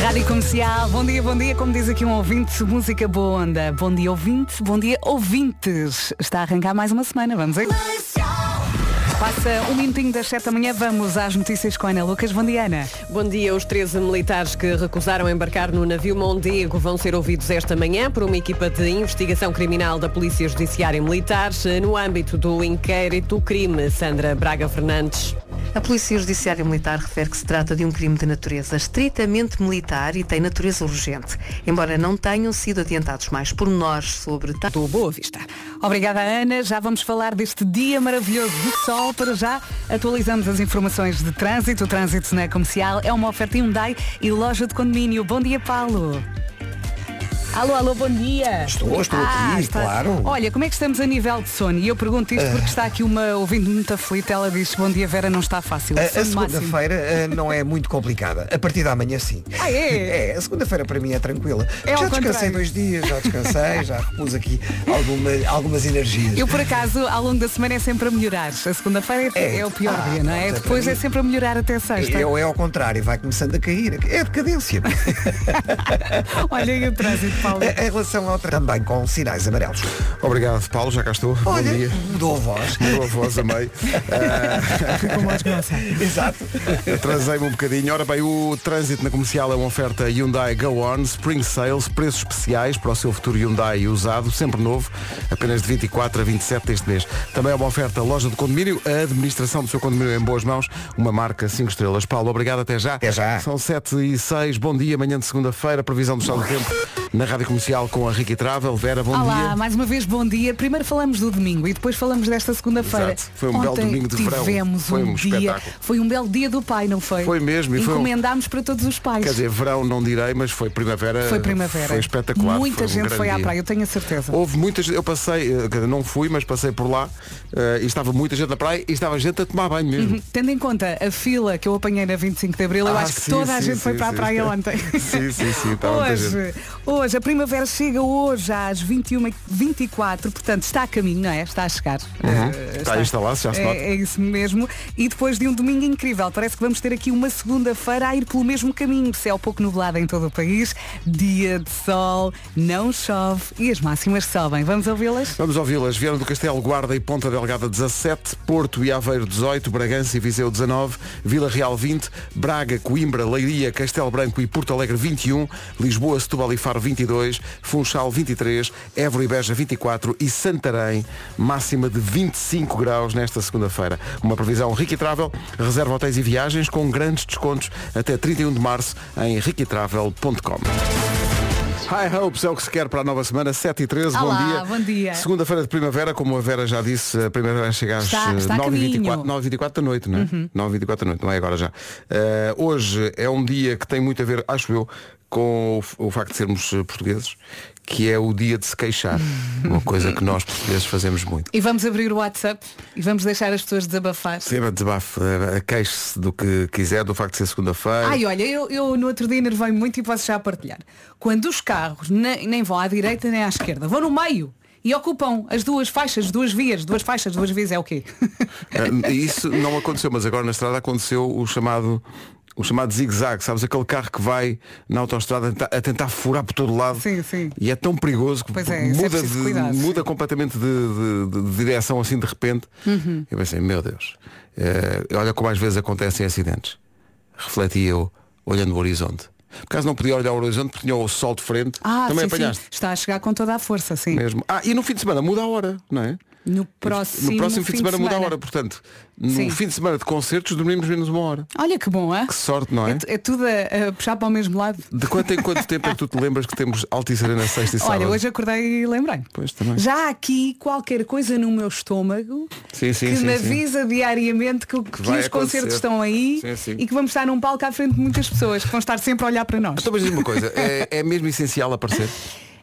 Rádio Comercial, bom dia, bom dia. Como diz aqui um ouvinte, música boa onda. Bom dia, ouvinte, bom dia, ouvintes. Está a arrancar mais uma semana, vamos aí. Passa um minutinho das 7 da manhã, vamos às notícias com a Ana Lucas. Bom dia, Ana. Bom dia. Os 13 militares que recusaram embarcar no navio Mondego vão ser ouvidos esta manhã por uma equipa de investigação criminal da Polícia Judiciária e Militar eh, no âmbito do inquérito crime. Sandra Braga Fernandes. A Polícia Judiciária Militar refere que se trata de um crime de natureza estritamente militar e tem natureza urgente, embora não tenham sido adiantados mais pormenores sobre tal. Do Boa Vista. Obrigada, Ana. Já vamos falar deste dia maravilhoso de sol. Para já, atualizamos as informações de trânsito. O trânsito na comercial é uma oferta Hyundai e loja de condomínio. Bom dia, Paulo. Alô, alô, bom dia. Estou, estou Ah, aqui, está- claro. Olha, como é que estamos a nível de sono? E eu pergunto isto porque está aqui uma ouvinte muito aflita. Ela diz, bom dia, Vera, não está fácil. A, a Sono máximo. segunda-feira eh, não é muito complicada. A partir da manhã sim. Ah, é? a segunda-feira para mim é tranquila. É ao já descansei contrário. dois dias, já descansei, já repus aqui alguma- algumas energias. Eu, por acaso, ao longo da semana é sempre a melhorar. A segunda-feira é, É. é o pior Ah, dia, não é? pronto, é Depois para é mim. sempre a melhorar até sexta. Eu é ao contrário, vai começando a cair. É a decadência. Olha aí o trânsito, Paulo. em relação ao tra- também com sinais amarelos. Obrigado, Paulo, já cá estou. Olha, Bom dia. mudou a voz. Deu a voz a meio. Exato. Atrasei-me um bocadinho. Ora bem, o trânsito na comercial é uma oferta Hyundai Go On, Spring Sales, preços especiais para o seu futuro Hyundai usado, sempre novo, apenas de 24 a 27 deste mês. Também é uma oferta loja de condomínio, a administração do seu condomínio em boas mãos, uma marca 5 estrelas. Paulo, obrigado, até já. Até já. São 7 e 6, bom dia, manhã de segunda-feira, previsão do estado do tempo na Rádio Comercial com a Ricky Travel. Vera, bom Olá, dia. mais uma vez bom dia. Primeiro falamos do domingo e depois falamos desta segunda-feira. Exato. Foi um belo Ontem domingo de verão. tivemos Foi um, um dia. espetáculo. Foi um belo dia do pai, não foi? Foi mesmo, e foi um- Encomendámos para todos os pais. Quer dizer, verão não direi, mas foi primavera. foi primavera. Foi espetacular. Muita um gente grande foi à dia. praia, eu tenho a certeza. Houve muita gente, eu passei, eh, quer dizer, não fui, mas passei por lá eh, e estava muita gente na praia e estava gente a tomar banho mesmo. Tendo em conta a fila que eu apanhei na 25 de Abril, eu Ah, acho que sim, toda a sim, gente foi sim, para a sim. praia ontem. Sim, sim, sim, está muita hoje, hoje, a primavera chega hoje às 21h24, portanto está a caminho, não é? Está a chegar. Uhum. Eh, Está a instalar-se, já se nota. é, é isso mesmo. E depois de um domingo incrível, parece que vamos ter aqui uma segunda-feira a ir pelo mesmo caminho. Céu pouco nublado em todo o país, dia de sol, não chove e as máximas sobem. Vamos ouvi-las? Vamos ouvi-las. Vieram do Castelo, Guarda e Ponta Delgada 17, Porto e Aveiro 18, Bragança e Viseu 19, Vila Real 20, Braga, Coimbra, Leiria, Castelo Branco e Porto Alegre 21, Lisboa, Setúbal e Faro 22, Funchal 23, Évora e Beja 24 e Santarém, máxima de 25 graus nesta segunda-feira. Uma previsão Ricky Travel, reserva hotéis e viagens com grandes descontos até 31 de março em riquitravel.com. High Hopes é o que se quer para a nova semana, 7 e 13, Olá, bom dia. bom dia. Segunda-feira de primavera, como a Vera já disse, a primavera chega às Está- está a 9h24 caminho. Uhum. 9h24 da noite, não é? 9h24 da noite, não é agora já. Eh, hoje é um dia que tem muito a ver, acho eu, com o, f- o facto de sermos eh, portugueses, que é o dia de se queixar. Uma coisa que nós portugueses fazemos muito. E vamos abrir o WhatsApp e vamos deixar as pessoas desabafar. Sempre desabafo, eh, queixe-se do que quiser, do facto de ser segunda-feira. Ai, olha, eu, eu no outro dia enervei muito e posso já partilhar. Quando os carros ne- nem vão à direita nem à esquerda, vão no meio e ocupam as duas faixas, duas vias, duas faixas, duas vias é o quê? Ah, Isso não aconteceu, mas agora na estrada aconteceu o chamado o chamado zigue-zague, sabes? Aquele carro que vai na autoestrada a tentar- a tentar furar por todo lado Sim, sim. e é tão perigoso que Pois é, isso é muda, preciso de- cuidado, sim. muda completamente de, de- de direção assim de repente. Uhum. Eu pensei, meu Deus, eh, olha como às vezes acontecem acidentes. Refleti eu, olhando o horizonte. Por acaso não podia olhar o horizonte porque tinha o sol de frente. Ah, Também sim, apanhaste. sim, está a chegar com toda a força, sim. Mesmo. Ah, e no fim de semana muda a hora, não é? No próximo, no próximo fim de semana, muda a hora, portanto, no Sim. fim de semana de concertos dormimos menos uma hora. Olha que bom, é? Que sorte, não é? É, é tudo a, a puxar para o mesmo lado. De quanto em quanto tempo é que tu te lembras que temos Altice Arena sexta e sábado? Olha, hoje acordei e lembrei. Pois, também. Já há aqui qualquer coisa no meu estômago Sim, sim, que sim, me sim. avisa diariamente que, o- que vai os acontecer. concertos estão aí Sim, sim. e que vamos estar num palco à frente de muitas pessoas que vão estar sempre a olhar para nós. Então mas diz uma coisa, é, é mesmo essencial aparecer?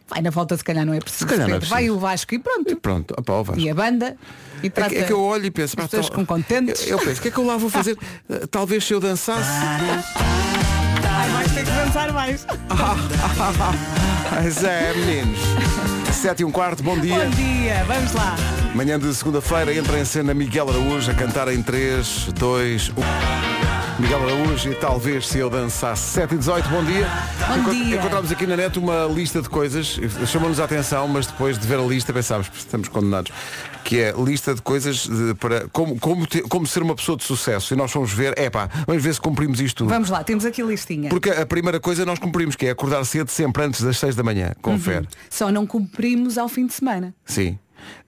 Vai na volta se calhar não é preciso. Se calhar não é Pedro. Vai preciso. o Vasco e E pronto. pronto, opa, ó, Vasco. E a banda. E É trata... que, é que eu olho e penso, pá, pessoas tal- ficam contentes. Eu, eu penso, o que é que eu lá vou fazer? Eh, Talvez se eu dançasse. Ai, vais ter que dançar mais. Mas é, meninos. 7 e um quarto, bom dia. Bom dia, vamos lá. Manhã de segunda-feira entra em cena Miguel Araújo a cantar em 3, 2, 1. Miguel Araújo e talvez se eu dançasse 7 e 18, bom dia. Bom dia. Encontramos aqui na net uma lista de coisas, chamou-nos a atenção, mas depois de ver a lista pensámos, estamos condenados, que é lista de coisas de- para como, como, te- como ser uma pessoa de sucesso. E nós fomos ver, epá, vamos ver se cumprimos isto tudo. Vamos lá, temos aqui a listinha. Porque a primeira coisa nós cumprimos, que é acordar cedo sempre antes das 6 da manhã. Uhum. Confere. Só não cumprimos ao fim de semana. Sim.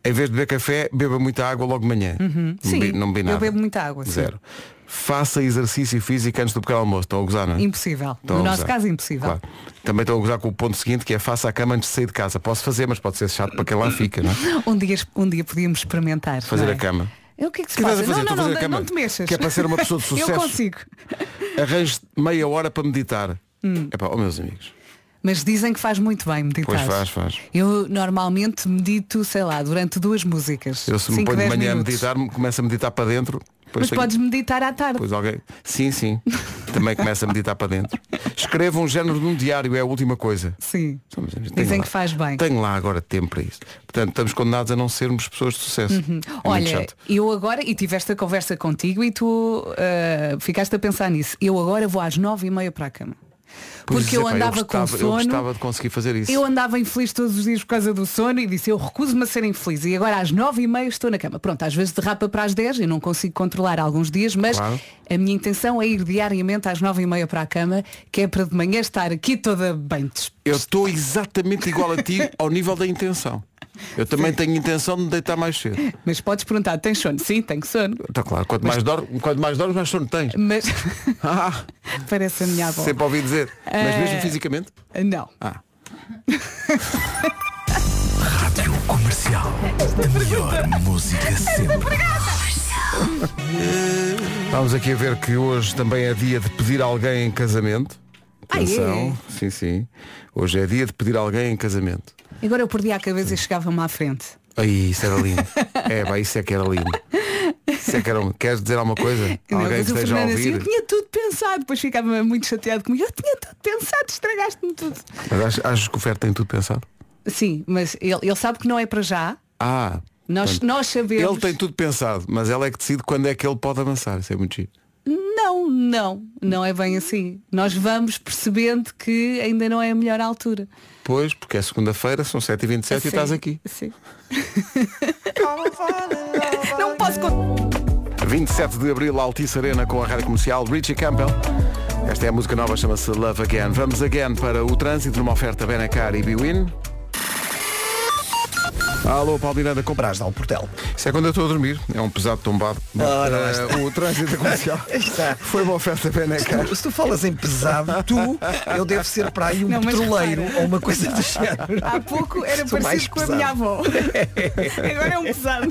Em vez de beber café, beba muita água logo de manhã. Não Uhum. Sim, be- não bebi nada. eu bebo muita água. sim. Zero. Faça exercício físico antes do pequeno almoço. Estão a gozar, não é? Impossível. Estão a no nosso gozar. caso, impossível. Claro. Também estão a gozar com o ponto seguinte, que é faça a cama antes de sair de casa. Posso fazer, mas pode ser chato para quem lá fica, não é? Um, dia, um dia podíamos experimentar. Fazer não é? a cama. É o que é que se Que estás passa? a fazer? Não, não, Estou a fazer não, a não, cama. te mexas. Que é para ser uma pessoa de Eu sucesso. consigo. Arranje meia hora para meditar. Hum. É para, oh, meus amigos. Mas dizem que faz muito bem meditar. Pois faz, faz. Eu normalmente medito, sei lá, durante duas músicas. Eu se me Cinco, ponho de dez manhã a minutos. meditar, me- começo a meditar para dentro. depois Mas tenho- podes meditar à tarde. Pois alguém. Sim, sim. Também começa a meditar para dentro. Escreva um género de um diário, é a última coisa. Sim. Então, mas, tenho Dizem lá- que faz bem. Tenho lá agora tempo para isso. Portanto, estamos condenados a não sermos pessoas de sucesso. É muito Uhum. Olha, chato. eu agora, e tive esta conversa contigo e tu ah, ficaste a pensar nisso. Eu agora vou às nove e meia para a cama. Pois Porque é, eu pá, andava gostava, com Eu sono. gostava de conseguir fazer isso. Eu andava infeliz todos os dias por causa do sono e disse eu recuso-me a ser infeliz e agora às nove e meia estou na cama. Pronto, às vezes derrapa para às dez e não consigo controlar alguns dias, mas Claro. a minha intenção é ir diariamente às nove e meia para a cama, que é para de manhã estar aqui toda bem. des- Eu estou exatamente igual a ti ao nível da intenção. Eu também tenho intenção de me deitar mais cedo. Mas podes perguntar, tens sono? Sim, tenho sono. Está claro, quanto mais dormes, quanto mais dormes, mais sono tens. Mas Ah, parece a minha avó. sempre ouvi dizer. Mas Eh, mesmo fisicamente? Não. Ah. Comercial. A melhor música sempre. Estamos aqui a ver que hoje também é dia de pedir alguém em casamento. Ah, é? Atenção, sim, sim. Hoje é dia de pedir alguém em casamento. Agora eu perdi a cabeça e chegava-me à frente. Aí, isso era lindo. é, pá, isso é que era lindo. Isso é que era um- Queres dizer alguma coisa? Não, alguém mas que o esteja a Fernando assim, ouvir. eu tinha tudo pensado, depois ficava muito chateado comigo. Eu tinha tudo pensado, estragaste-me tudo. Mas achas, achas que o Fer tem tudo pensado? Sim, mas ele, ele sabe que não é para já. Ah. Nós, portanto, nós sabemos. Ele tem tudo pensado, mas ela é que decide quando é que ele pode avançar. Isso é muito giro. Não, não, não é bem assim. Nós vamos percebendo que ainda não é a melhor altura. Pois, porque é segunda-feira, são 7h27 e Sim, estás aqui. Sim. não posso con- 27 de Abril, Altice Arena com a Rádio Comercial Richie Campbell. Esta é a música nova, chama-se Love Again. Vamos again para o trânsito numa oferta Benacar e Biwin. Alô, Paulo Miranda, comprar. Brás dá o portel. Isso é quando eu estou a dormir. É um pesado tombado. Bom, Ora, Ah, lá eh, o trânsito comercial Está. foi uma oferta Benacar. Se tu falas em pesado, tu, eu devo ser para aí um Não, mas petroleiro ou uma coisa do género. Há pouco era Sou mais parecido com a pesado. minha avó. Agora é um pesado.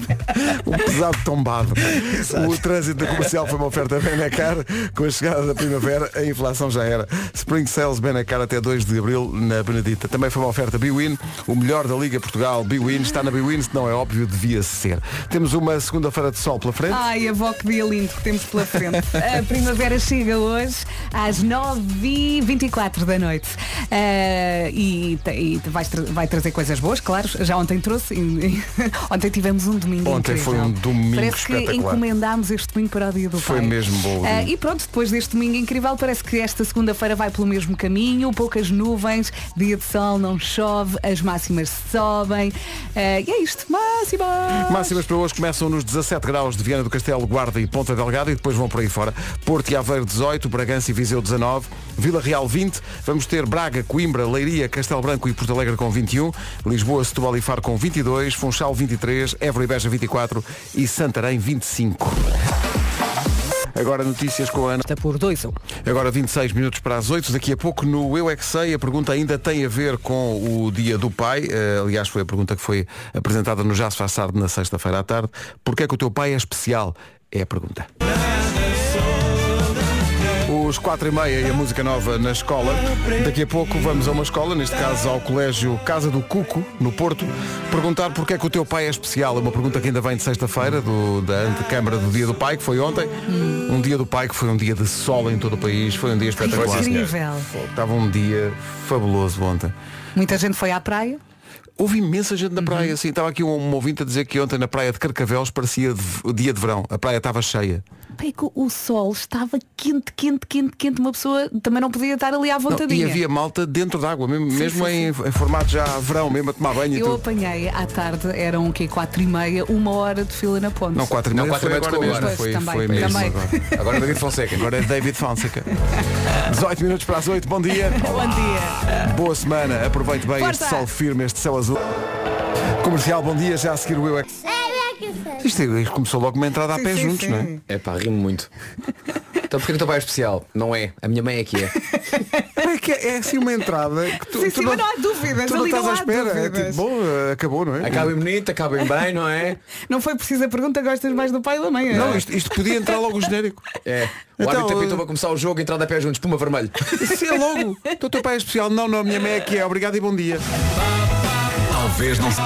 Um pesado tombado. Exato. O trânsito da comercial foi uma oferta Benacar. Com a chegada da primavera, a inflação já era. Spring Sales Benacar até 2 de abril na Benedita. Também foi uma oferta Biwin, o melhor da Liga Portugal. Biwin está na Biwin, se não é óbvio, devia ser. Temos uma segunda-feira de sol pela frente. Ai, avó, que dia lindo que temos pela frente. A primavera chega hoje às 9h24 da noite. Ah, e te- e te vais tra- vai trazer coisas boas, claro. Já ontem trouxe. e- ontem tivemos um domingo Ontem incrível. foi um domingo Parece que espetacular. encomendámos este domingo para o dia do Foi pai. mesmo bom o Ah, domingo. e pronto, depois deste domingo incrível, parece que esta segunda-feira vai pelo mesmo caminho. Poucas nuvens, dia de sol, não chove, as máximas sobem. Ah, e é isto, máximas! Máximas para hoje começam nos 17 graus de Viana do Castelo, Guarda e Ponta Delgada e depois vão por aí fora. Porto e Aveiro 18, Bragança e Viseu 19, Vila Real 20, vamos ter Braga, Coimbra, Leiria, Castelo Branco e Porto Alegre com 21, Lisboa, Setúbal e Faro com 22, Funchal 23, Évora e Beja 24 e Santarém 25. Agora notícias com a Ana. Está por 2-1. Agora 26 minutos para as 8. Daqui a pouco no Eu É Que Sei, a pergunta ainda tem a ver com o Dia do Pai. Eh, aliás, foi a pergunta que foi apresentada no Já se faz tarde na sexta-feira à tarde. Porquê é que o teu pai é especial? É a pergunta. Os 4 e meia e a música nova na escola. Daqui a pouco vamos a uma escola, neste caso ao Colégio Casa do Cuco, no Porto, perguntar porque é que o teu pai é especial. É uma pergunta que ainda vem de sexta-feira, do- da antecâmara do Dia do Pai, que foi ontem. Um dia do pai que foi um dia de sol em todo o país, foi um dia espetacular. Incrível. Estava um dia fabuloso ontem. Muita gente foi à praia. Houve imensa gente na praia, assim. Estava aqui um, um ouvinte a dizer que ontem na praia de Carcavelos parecia de- o dia de verão. A praia estava cheia. Pá, é que o sol estava quente, quente, quente, quente. Uma pessoa também não podia estar ali Não, à e vontadinha. havia malta dentro d'água, mesmo, mesmo sim, em, em formato já verão, mesmo a tomar banho e Eu tudo. apanhei à tarde, eram o quê? Quatro e meia, uma hora de fila na ponte. Não, 4 e meia Não, quatro foi e meia agora ficou mesmo. agora. Foi, Também, foi mesmo também. agora. Agora David Fonseca. Agora é David Fonseca. 18 minutos para as 8, bom dia. Bom dia. Boa semana, aproveite bem Força! este sol firme, este céu azul. Comercial, bom dia, já a seguir o Eu é que- Isto é- começou logo uma entrada a pé juntos, não é? É pá, rimo muito. Então porquê que o teu pai é especial? Não é. A minha mãe é que é. É, que é assim uma entrada que tu, Sim, tu sim, mas não há dúvidas, tu não ali estás não à há espera. É dúvidas. tipo, bom, acabou, não é? Acabem bonito, acabem bem, não é? Não foi precisa a pergunta, gostas mais do pai ou da mãe? é? Não, isto, isto podia entrar logo o genérico. É. O Então, árbitro apitou eh, para começar o jogo, entrada a pé juntos, puma vermelho. Isso é logo. Então o teu pai é especial. Não, não, a minha mãe é que é. Obrigado e bom dia. Talvez não se...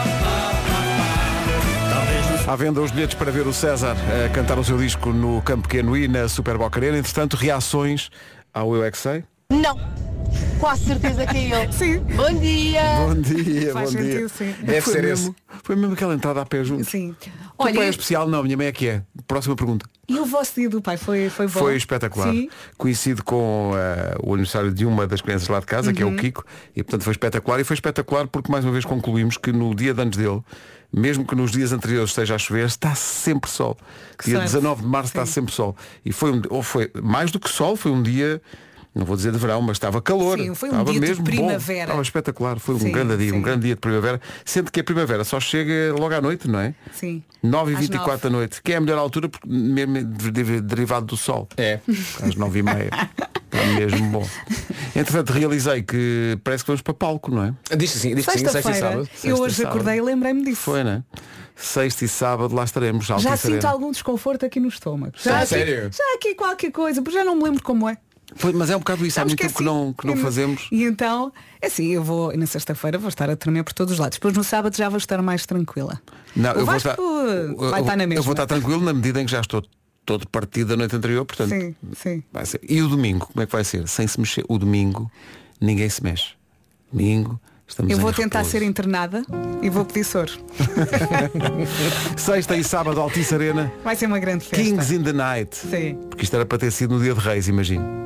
À venda os bilhetes para ver o César a cantar o seu disco no Campo Pequeno e na Super Boca Arena. Entretanto, reações ao Eu é Que Sei. Não. Com a certeza que é ele. Sim. Bom dia. Bom dia, Faz bom dia. sentido, sim. Deve foi ser mesmo, Foi mesmo aquela entrada a pé juntos. Sim. O teu Olha, pai é especial? Não, a minha mãe é que é. Próxima pergunta. e o vosso dia do pai foi, foi bom? Foi espetacular. Sim. Coincide com eh, o aniversário de uma das crianças lá de casa, que é o Uhum. Kiko, e portanto foi espetacular. E foi espetacular porque mais uma vez concluímos que no dia de antes dele, mesmo que nos dias anteriores esteja a chover, está sempre sol. dia sorte. 19 de março está sempre sol. E foi, um, ou foi mais do que sol, foi um dia. Não vou dizer de verão, mas estava calor. Sim, foi um estava dia de mesmo bom, primavera. Estava espetacular. Foi um Sim, grande dia, um sim. grande dia de primavera. Sendo que a primavera só chega logo à noite, não é? Sim. 9 e Às 24 da noite, que é a melhor altura porque mesmo de- de- derivado do sol. É. Às 9 e meia. Está mesmo bom. Entretanto, realizei que parece que vamos para palco, não é? Diz-te sim, diz-te sim, sexta e Sexta-feira, sábado. eu Sexta e hoje sábado. acordei e lembrei-me disso. Foi, não é? Sexta e sábado lá estaremos. Já Altice sinto Arena. algum desconforto aqui no estômago. Já, Sim, aqui, Ah, sério? já aqui qualquer coisa, porque já não me lembro como é. Foi, mas é um bocado isso, há Sabes muito tempo é que assim. não, que não Eu- fazemos. E então, é assim, eu vou, na sexta-feira vou estar a tremer por todos os lados. Depois no sábado já vou estar mais tranquila. Não, o Vasco eu- vai eu- estar na mesma. Eu vou estar tranquilo na medida em que já estou todo partido da noite anterior, portanto. Sim, sim. Vai ser. E o domingo, como é que vai ser? Sem se mexer. O domingo, ninguém se mexe. Domingo, estamos Eu em vou tentar repouso. ser internada e vou pedir soro. Sexta e sábado, Altice Arena, Vai ser uma grande festa. Kings in the Night. Sim. Porque isto era para ter sido no dia de Reis, imagino.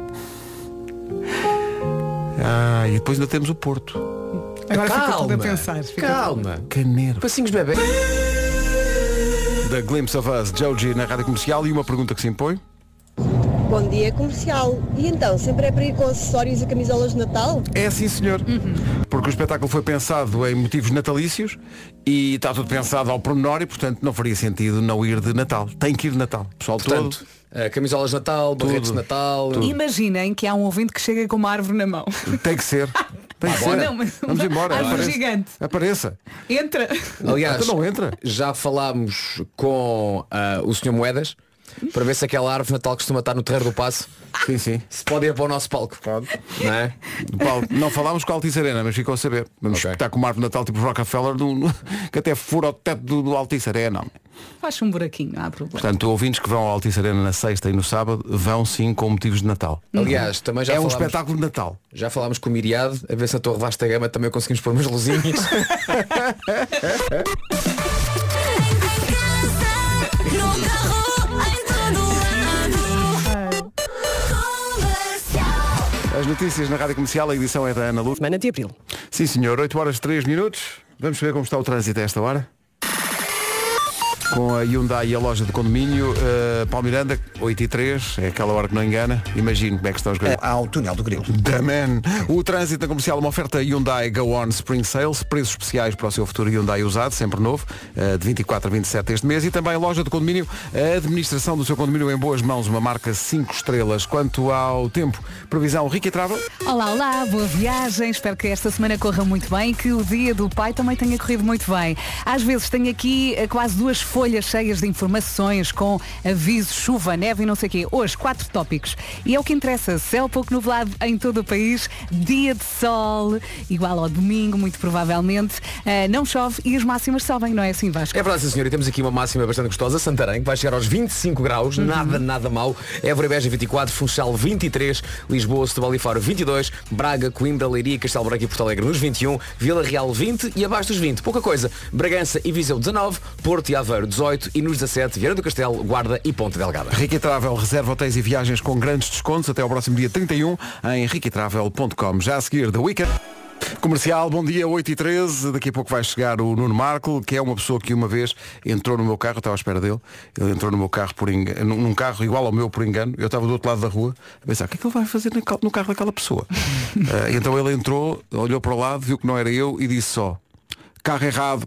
Ah, e depois ainda temos o Porto. Agora fica tudo Calma. a pensar. Fica Calma. Caneiro. Passinhos de bebê. Da Glimpse of Us, Joji na Rádio Comercial e uma pergunta que se impõe. Bom dia comercial. E então, sempre é para ir com acessórios e camisolas de Natal? É sim, senhor. Porque o espetáculo foi pensado em motivos natalícios e está tudo pensado ao pormenor e, portanto, não faria sentido não ir de Natal. Tem que ir de Natal. Pessoal Portanto, todo. eh, camisolas de Natal, barretes de Natal. Imaginem que há um ouvinte que chega com uma árvore na mão. Tem que ser. Tem que ser. Não, mas- Vamos embora. Árvore Apareça. gigante. Apareça. Entra. Aliás, Então não entra. já falámos com ah, o Sr. Moedas para ver se aquela árvore de Natal costuma estar no terreiro do passo. Sim, sim. Se pode ir para o nosso palco. Pode. Não é? Paulo, não falámos com a Altice Arena, mas ficou a saber. Vamos Ok. espetar com uma árvore de Natal tipo Rockefeller do- no- que até fura o teto do, do Altice Arena. Faz um buraquinho, não há problema. Portanto, ouvintes que vão ao Altice Arena na sexta e no sábado vão sim com motivos de Natal. Aliás, também já é um falámos, espetáculo de Natal. já falámos com o Miriado, a ver se a Torre Vasta Gama também conseguimos pôr umas luzinhas. As notícias na Rádio Comercial, a edição é da Ana Luz. Semana de Abril. Sim senhor, 8 horas 3 minutos. Vamos ver como está o trânsito a esta hora. Com a Hyundai e a loja de condomínio, eh, Paulo Miranda, 8 e 3, é aquela hora que não engana. Imagino como é que estão os coisas. Ao túnel do grilo. The man. O trânsito na comercial, uma oferta Hyundai Go On Spring Sales, preços especiais para o seu futuro Hyundai usado, sempre novo, eh, de 24 a 27 este mês, e também loja de condomínio, a administração do seu condomínio em boas mãos, uma marca 5 estrelas. Quanto ao tempo, previsão rica e trava. Olá, olá, boa viagem. Espero que esta semana corra muito bem e que o dia do pai também tenha corrido muito bem. Às vezes tenho aqui eh, quase duas folhas cheias de informações com avisos, chuva, neve e não sei o quê. Hoje, quatro tópicos. E é o que interessa. Céu pouco nublado em todo o país, dia de sol, igual ao domingo, muito provavelmente. Eh, não chove e as máximas sobem, não é assim, Vasco? É verdade, sim, senhor. E temos aqui uma máxima bastante gostosa. Santarém, que vai chegar aos 25 graus. Nada, nada mau. Évora e Beja, 24. Funchal, 23. Lisboa, Setúbal e Faro, 22. Braga, Coimbra, Leiria, Castelo Branco e um. Porto Alegre, nos 21. Vila Real, 20. E abaixo dos 20. Pouca coisa. Bragança e Viseu, 19. Porto e Aveiro, 18 e nos 17, Vieira do Castelo, Guarda e Ponta Delgada. Riquitravel reserva hotéis e viagens com grandes descontos até ao próximo dia 31 em riquitravel.com. Já a seguir, The Weekend. Comercial, bom dia, 8 e 13 Daqui a pouco vai chegar o Nuno Marco, que é uma pessoa que uma vez entrou no meu carro, eu estava à espera dele, ele entrou no meu carro por engano, num carro igual ao meu por engano, eu estava do outro lado da rua, a pensar, o que é que ele vai fazer no ca- no carro daquela pessoa? Ah, então ele entrou, olhou para o lado, viu que não era eu e disse só, carro errado,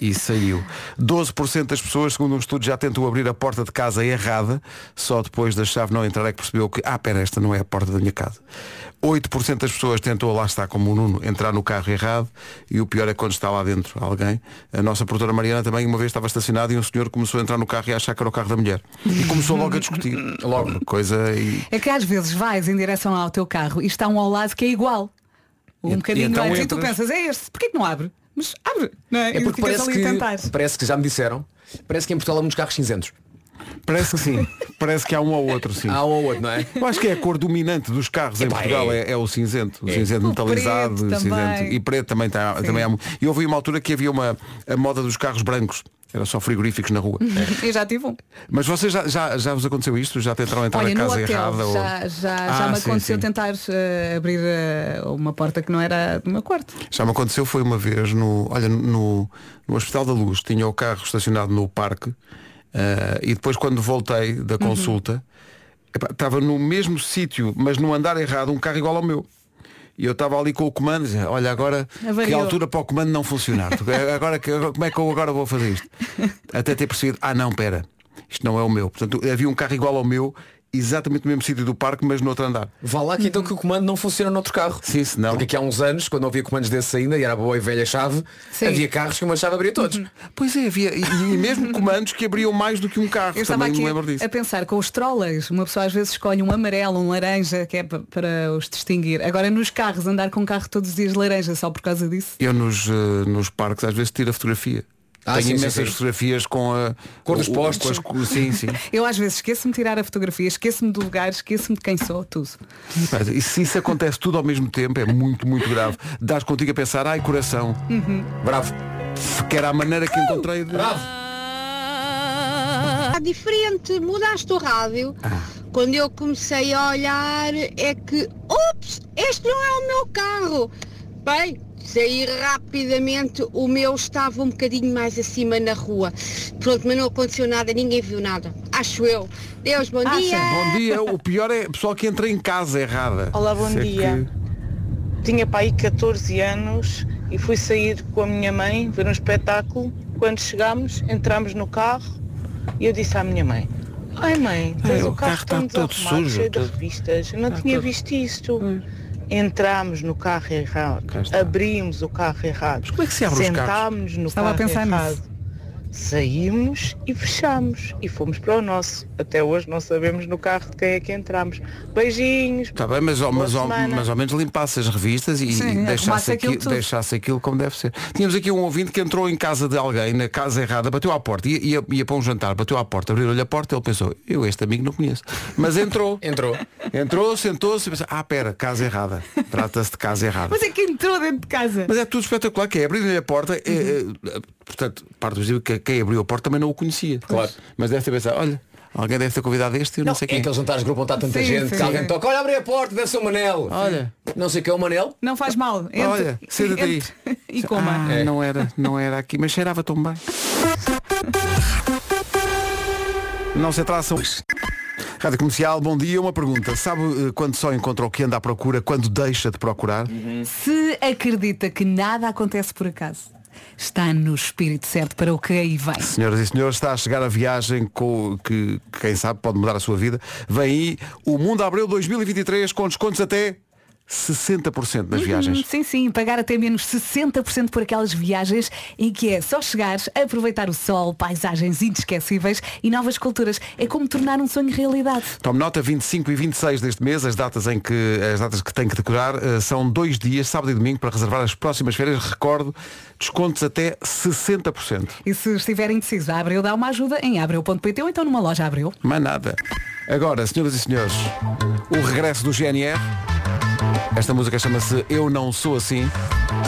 e saiu. 12% das pessoas, segundo um estudo, já tentam abrir a porta de casa errada, só depois da chave não entrar é que percebeu que, ah, pera, esta não é a porta da minha casa. 8% das pessoas tentou, lá está como o Nuno, entrar no carro errado e o pior é quando está lá dentro alguém. A nossa produtora Mariana também uma vez estava estacionada e um senhor começou a entrar no carro e a achar que era o carro da mulher. E começou logo a discutir. Logo. Coisa e... É que às vezes vais em direção ao teu carro e está um ao lado que é igual. Um E- e bocadinho então antes e tu entras- pensas, é este, porquê que não abre? Mas abre, não É é? E porque ficas parece ali a tentar. que, parece que já me disseram, parece que em Portugal há muitos carros cinzentos. Parece que sim. Parece que há um ao outro, sim. Há um ou outro, não é? Eu acho que é a cor dominante dos carros em Epá, Portugal, é, é o cinzento. O cinzento O metalizado, preto o cinzento. também. E preto também, tá, também há muito. E houve uma altura que havia uma a moda dos carros brancos. Era só frigoríficos na rua. Eu já tive um. Mas vocês já, já, já vos aconteceu isto? Já tentaram entrar Olha, na no casa hotel errada? ou- já, já, já Ah, me sim, aconteceu sim. tentar eh, abrir eh, uma porta que não era do meu quarto. Já me aconteceu, foi uma vez no, olha, no, no Hospital da Luz, tinha o carro estacionado no parque eh, e depois quando voltei da consulta, epá, estava no mesmo sítio, mas no andar errado, um carro igual ao meu. E eu estava ali com o comando, dizia, olha agora que Avariou. altura para o comando não funcionar. Tu- agora, que- agora- como é que eu agora vou fazer isto? Até ter percebido, ah não, pera, isto não é o meu. Portanto, havia um carro igual ao meu, exatamente no mesmo sítio do parque, mas no outro andar. Vá lá que então que o comando não funciona noutro carro. Sim, senão. Porque aqui há uns anos, quando não havia comandos desses ainda, e era a boa e velha chave, Sim. Uhum. havia carros que uma chave abria todos. Pois é, havia e, e mesmo comandos que abriam mais do que um carro. Eu estava Também aqui me lembro disso. a pensar com os trollers, uma pessoa às vezes escolhe um amarelo, um laranja, que é pa- para os distinguir. Agora nos carros, andar com um carro todos os dias laranja só por causa disso. Eu nos, eh, nos parques às vezes tiro a fotografia. Ah, Tenho sim, sim, imensas sim. fotografias com a Cor dos o- o- postes. com as co- sim, sim. Eu às vezes esqueço-me de tirar a fotografia, esqueço-me do lugar, esqueço-me de quem sou, tudo. Mas, e se isso acontece tudo ao mesmo tempo, é muito, muito grave. Dás contigo a pensar, ai coração, Uhum. Bravo. que era a maneira que encontrei de. Bravo. Está diferente, mudaste o rádio. Quando eu comecei a olhar é que, ups, este não é o meu carro. Bem, saí rapidamente, o meu estava um bocadinho mais acima na rua. Pronto, mas não aconteceu nada, ninguém viu nada. Acho eu. Deus, bom Achas? dia. Bom dia, o pior é o pessoal que entra em casa errada. Olá, bom Isso é dia. que- Tinha para aí 14 anos e fui sair com a minha mãe ver um espetáculo. Quando chegámos, entramos no carro e eu disse à minha mãe, ai mãe, tens Ai, o, o carro, carro tão está todo desarrumado, sujo, tá cheio de todo- É. revistas. Eu não tinha visto isto. Entramos no carro errado, Cá está. abrimos o carro errado. Mas como é que se abre os carros? Sentámos no Estava a carro pensar errado. nisso. Saímos e fechamos e fomos para o nosso. Até hoje não sabemos no carro de quem é que entramos. Beijinhos. Está Tá bem, mas, ao- Boa mas, ao- semana. mas ao menos limpasse as revistas e, Sim, e deixasse, arrumasse aquilo aquilo, tudo. deixasse aquilo como deve ser. Tínhamos aqui um ouvinte que entrou em casa de alguém, na casa errada, bateu à porta, ia, ia, ia para um jantar, bateu à porta, abriu-lhe a porta, ele pensou, eu este amigo não conheço. Mas entrou. Entrou. entrou, sentou-se e pensou, ah pera, casa errada. Trata-se de casa errada. Mas é que entrou dentro de casa. Mas é tudo espetacular, que é abrir-lhe a porta, é, é, é, portanto, parte do princípio que quem abriu a porta também não o conhecia. Claro. Mas deve ter pensado, olha, alguém deve ter convidado este, eu não, sei É quem. aqueles jantares de grupo onde está tanta Sim, gente sim. que alguém toca, olha, abri a porta, deve ser o Manel. Olha. Não sei o que é o Manel. Não faz mal. Entre, Olha, senta-te aí. entre E coma. Ah, não era, não era aqui, mas cheirava tão bem. Não se atrasam. Rádio Comercial, bom dia. Uma pergunta. Sabe eh, quando só encontra o que anda à procura, quando deixa de procurar? Se acredita que nada acontece por acaso, está no espírito certo para o que aí vem. Senhoras e senhores, está a chegar a viagem com, que, quem sabe, pode mudar a sua vida. Vem aí o Mundo Abreu 2023 com descontos até 60% nas viagens. Hum, Sim, sim, pagar até menos 60% por aquelas viagens em que é só chegares, aproveitar o sol, paisagens inesquecíveis e novas culturas. É como tornar um sonho realidade. Tome nota, 25 e 26 deste mês, as datas em que as datas que tem que decorar eh, são dois dias, sábado e domingo, para reservar as próximas férias. Recordo, descontos até 60%. E se estiver indeciso, a Abreu dá uma ajuda em abreu.pt ou então numa loja Abreu. Mais nada. Agora, senhoras e senhores, o regresso do GNR. Esta música chama-se Eu Não Sou Assim.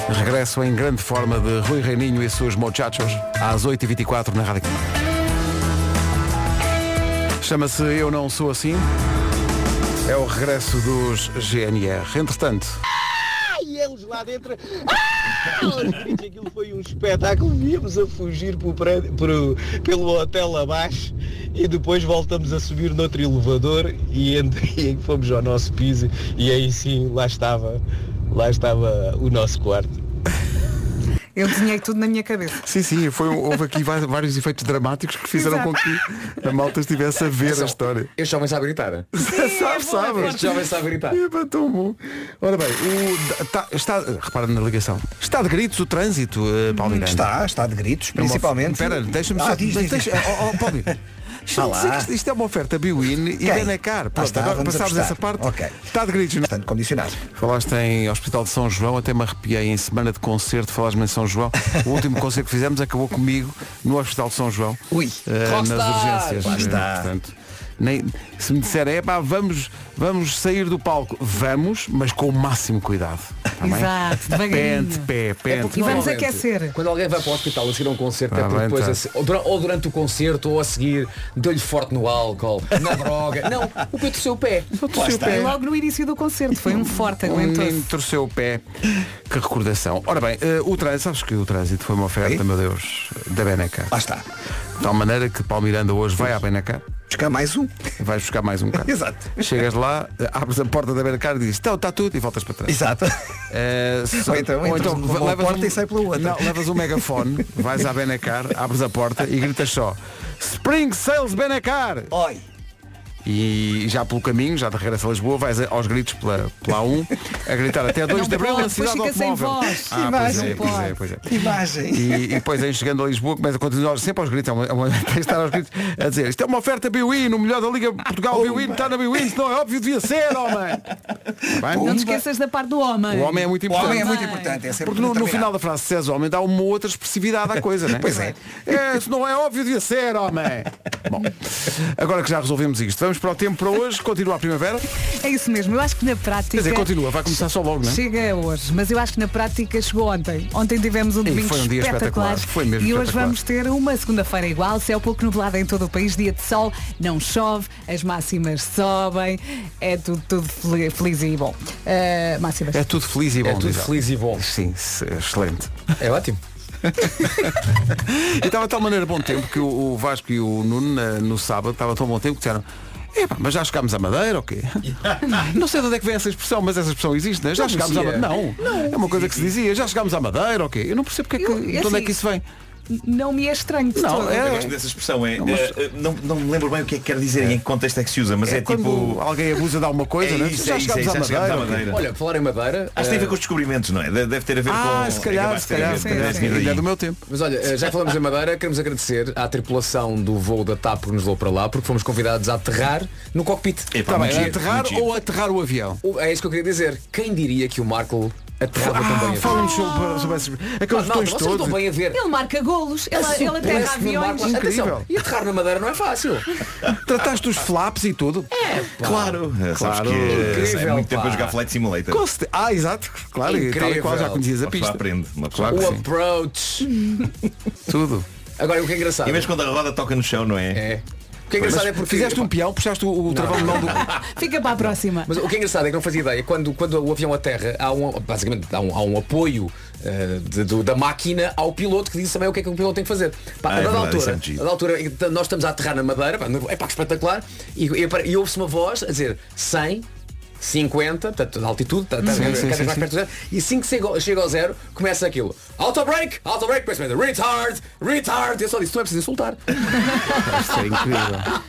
Regresso em grande forma de Rui Reininho e seus mochachos às 8h24 na Rádio. Comercial. Chama-se Eu Não Sou Assim. É o regresso dos GNR. Entretanto, Ai, eles lá dentro. Ah! Aos gritos, aquilo foi um espetáculo. Víamos a fugir pro prédio- pro- pelo hotel abaixo e depois voltamos a subir noutro elevador e, entre, e fomos ao nosso piso e aí sim lá estava, lá estava o nosso quarto. Eu desenhei tudo na minha cabeça. sim, sim, foi, um- houve aqui vai- vários efeitos dramáticos que fizeram Exato. com que a malta estivesse a ver é a Atenção, história. Este jovem sabe gritar. sabe, sabe. Este jovem sabe gritar. Epá, tão bom. Ora bem, o, tá- está, repara na ligação. Está de gritos o trânsito, eh, Paulo Miranda? Está, está de gritos, principalmente. Espera, deixa-me só. Ah, diz, diz, diz. deixa- oh, oh, Paulo Miranda, deixa-me Vá lá. dizer que isto, isto é uma oferta Biwin e Quem? Benacar. Ah, Pronto, está, agora vamos passámos apostar. essa parte. Ok. Está de gritos, não? é? Portanto, oh, condicionado. Falaste em Hospital de São João, até me arrepiei em semana de concerto, falaste-me em São João. O último concerto que fizemos acabou comigo no Hospital de São João. Ui, eh, rockstar! nas urgências. Lá eh, está. portanto, nem, se me disserem, é pá, vamos, vamos sair do palco. Vamos, mas com o máximo cuidado. tá bem? Exato, Pé devagarinho. de pé, pé de E pé. vamos normalmente, aquecer. Quando alguém vai para o hospital a seguir a um concerto, é Ah, porque bem, depois, tá. a se- ou, dura- ou durante o concerto, ou a seguir, deu-lhe forte no álcool, na droga. Não, o Pedro seu pé. é Torceu o pé. Logo no início do concerto. Foi um forte, Um menino aguentou-se. torceu o pé. Que recordação. Ora bem, eh, o trânsito, sabes que o trânsito foi uma oferta, meu Deus, da Benacar. Lá está. De tal maneira que Paulo Miranda hoje vai à Benacar. Buscar mais um. Vais buscar mais um carro. Exato. Chegas lá, abres a porta da Benacar e dizes, está tá tudo, e voltas para trás. Exato. Eh, só- Ou então entras numa boa porta e sai pela outra. um Não, levas um megafone, vais à Benacar, abres a porta e gritas só, Spring Sales Benacar! Oi. E já pelo caminho, já de regresso a Lisboa, vais aos gritos pela, pela A1, a gritar até 2 de Não Abril na pode, cidade do depois fica sem automóvel. voz. Ah, pois é, Imagem. pois é, pois é. Que imagem. E, e depois aí chegando a Lisboa começa a continuar sempre aos gritos, é uma, é uma, tem de estar aos gritos a dizer isto é uma oferta Biwin, o melhor da Liga Portugal, Oh, o Biwin está na Biwin, se não é óbvio devia ser, homem. Tá bem? Não te esqueças da parte do homem. O homem é muito O importante. homem é muito importante. É sempre Porque no, no determinado. final da frase se és homem dá uma outra expressividade à coisa, né? Pois é. é. Se não é óbvio devia ser, homem. Bom, agora que já resolvemos isto, vamos para o tempo para hoje, continua a primavera. Quer É isso mesmo. Eu acho que na prática. dizer, continua, vai começar só logo, não é? Chega hoje, mas eu acho que na prática chegou ontem. Ontem tivemos um domingo foi um dia espetacular. Foi mesmo e hoje espetacular. vamos ter uma segunda-feira igual, céu pouco nublado em todo o país, dia de sol, não chove, as máximas sobem, é tudo, tudo fel- feliz e bom. Ah, máximas. É tudo feliz e bom. É tudo diz ela. feliz e bom. Sim, se- excelente. É ótimo. E estava de tal maneira bom tempo que o o Vasco e o Nuno na- no sábado estava tão bom tempo que disseram Epá, mas já chegámos à Madeira ou quê? Não sei de onde é que vem essa expressão, mas essa expressão existe, não é? Já Não chegámos à Madeira. conhecia. Não. É uma coisa que se dizia, já chegámos à Madeira ou quê? Eu não percebo porque é que, Eu- é de onde é que assim, isso vem. Não me é estranho de Não, todo. é- Eu gosto dessa expressão, é, eh, eh, não, não me lembro bem o que é que quer dizer e em que contexto é que se usa, mas é, É quando tipo. alguém abusa de alguma coisa, é não é? isso, já é isso, é chegámos isso, já à chegámos à Madeira. ou quê? Madeira. Olha, por falar em Madeira. Acho que tem a ver eh, com os descobrimentos, não é? De- Deve ter a ver com. é Ah, se calhar, capaz de se ter a calhar, ver- se deve calhar. ter Ainda é daí. do meu tempo. Mas olha, eh, já que falamos em Madeira, queremos agradecer à tripulação do voo da TAP que nos levou para lá, porque fomos convidados a aterrar no cockpit. Epá, Está Tá bem, é muito giro, aterrar muito giro. ou aterrar o avião? O- É isso que eu queria dizer. Quem diria que o Marco aterrava Ah, também a fala-nos sobre, sobre É esses... Não, Aqueles não, botões vocês não estão todos. bem a ver. Ele marca golos, ele, ele Parece aterra que o aviões. Marco- Incrível. Atenção, e aterrar na madeira não é fácil. Trataste dos flaps e tudo. Claro, eh, sabes Claro. que eh, Incrível, é muito tempo pá. a jogar Flight Simulator. Com certe- Ah, exato, claro, e tal e Incrível. qual já conhecias a Uma pessoa pista. aprende, uma pessoa Claro O aprende. approach. Tudo. Agora, o que é engraçado? E mesmo quando a roda toca no chão, não é? É. O que é engraçado é porque... Fizeste um peão, puxaste o, o travão de mão do. é- Fica para a próxima. Mas o que é engraçado é que não fazia ideia, quando, quando o avião aterra, há um, basicamente há um, há um apoio eh, de- do- da máquina ao piloto que diz também o que é que o piloto tem que fazer. Pá, Ah, a é dada verdade, isso é altura, muito giro. a dada altura em que nós estamos a aterrar na madeira, pá, no- é pá, espetacular, e, e, apare- e ouve-se uma voz a dizer 100, 50, portanto, de altitude, tá, tá, cada sim, vez sim, mais sim. perto do zero, e assim que chega, chega ao zero, começa aquilo. Auto break, auto break, depois vem, retard, retard, eu só disse, tu não é preciso insultar. Isto é incrível.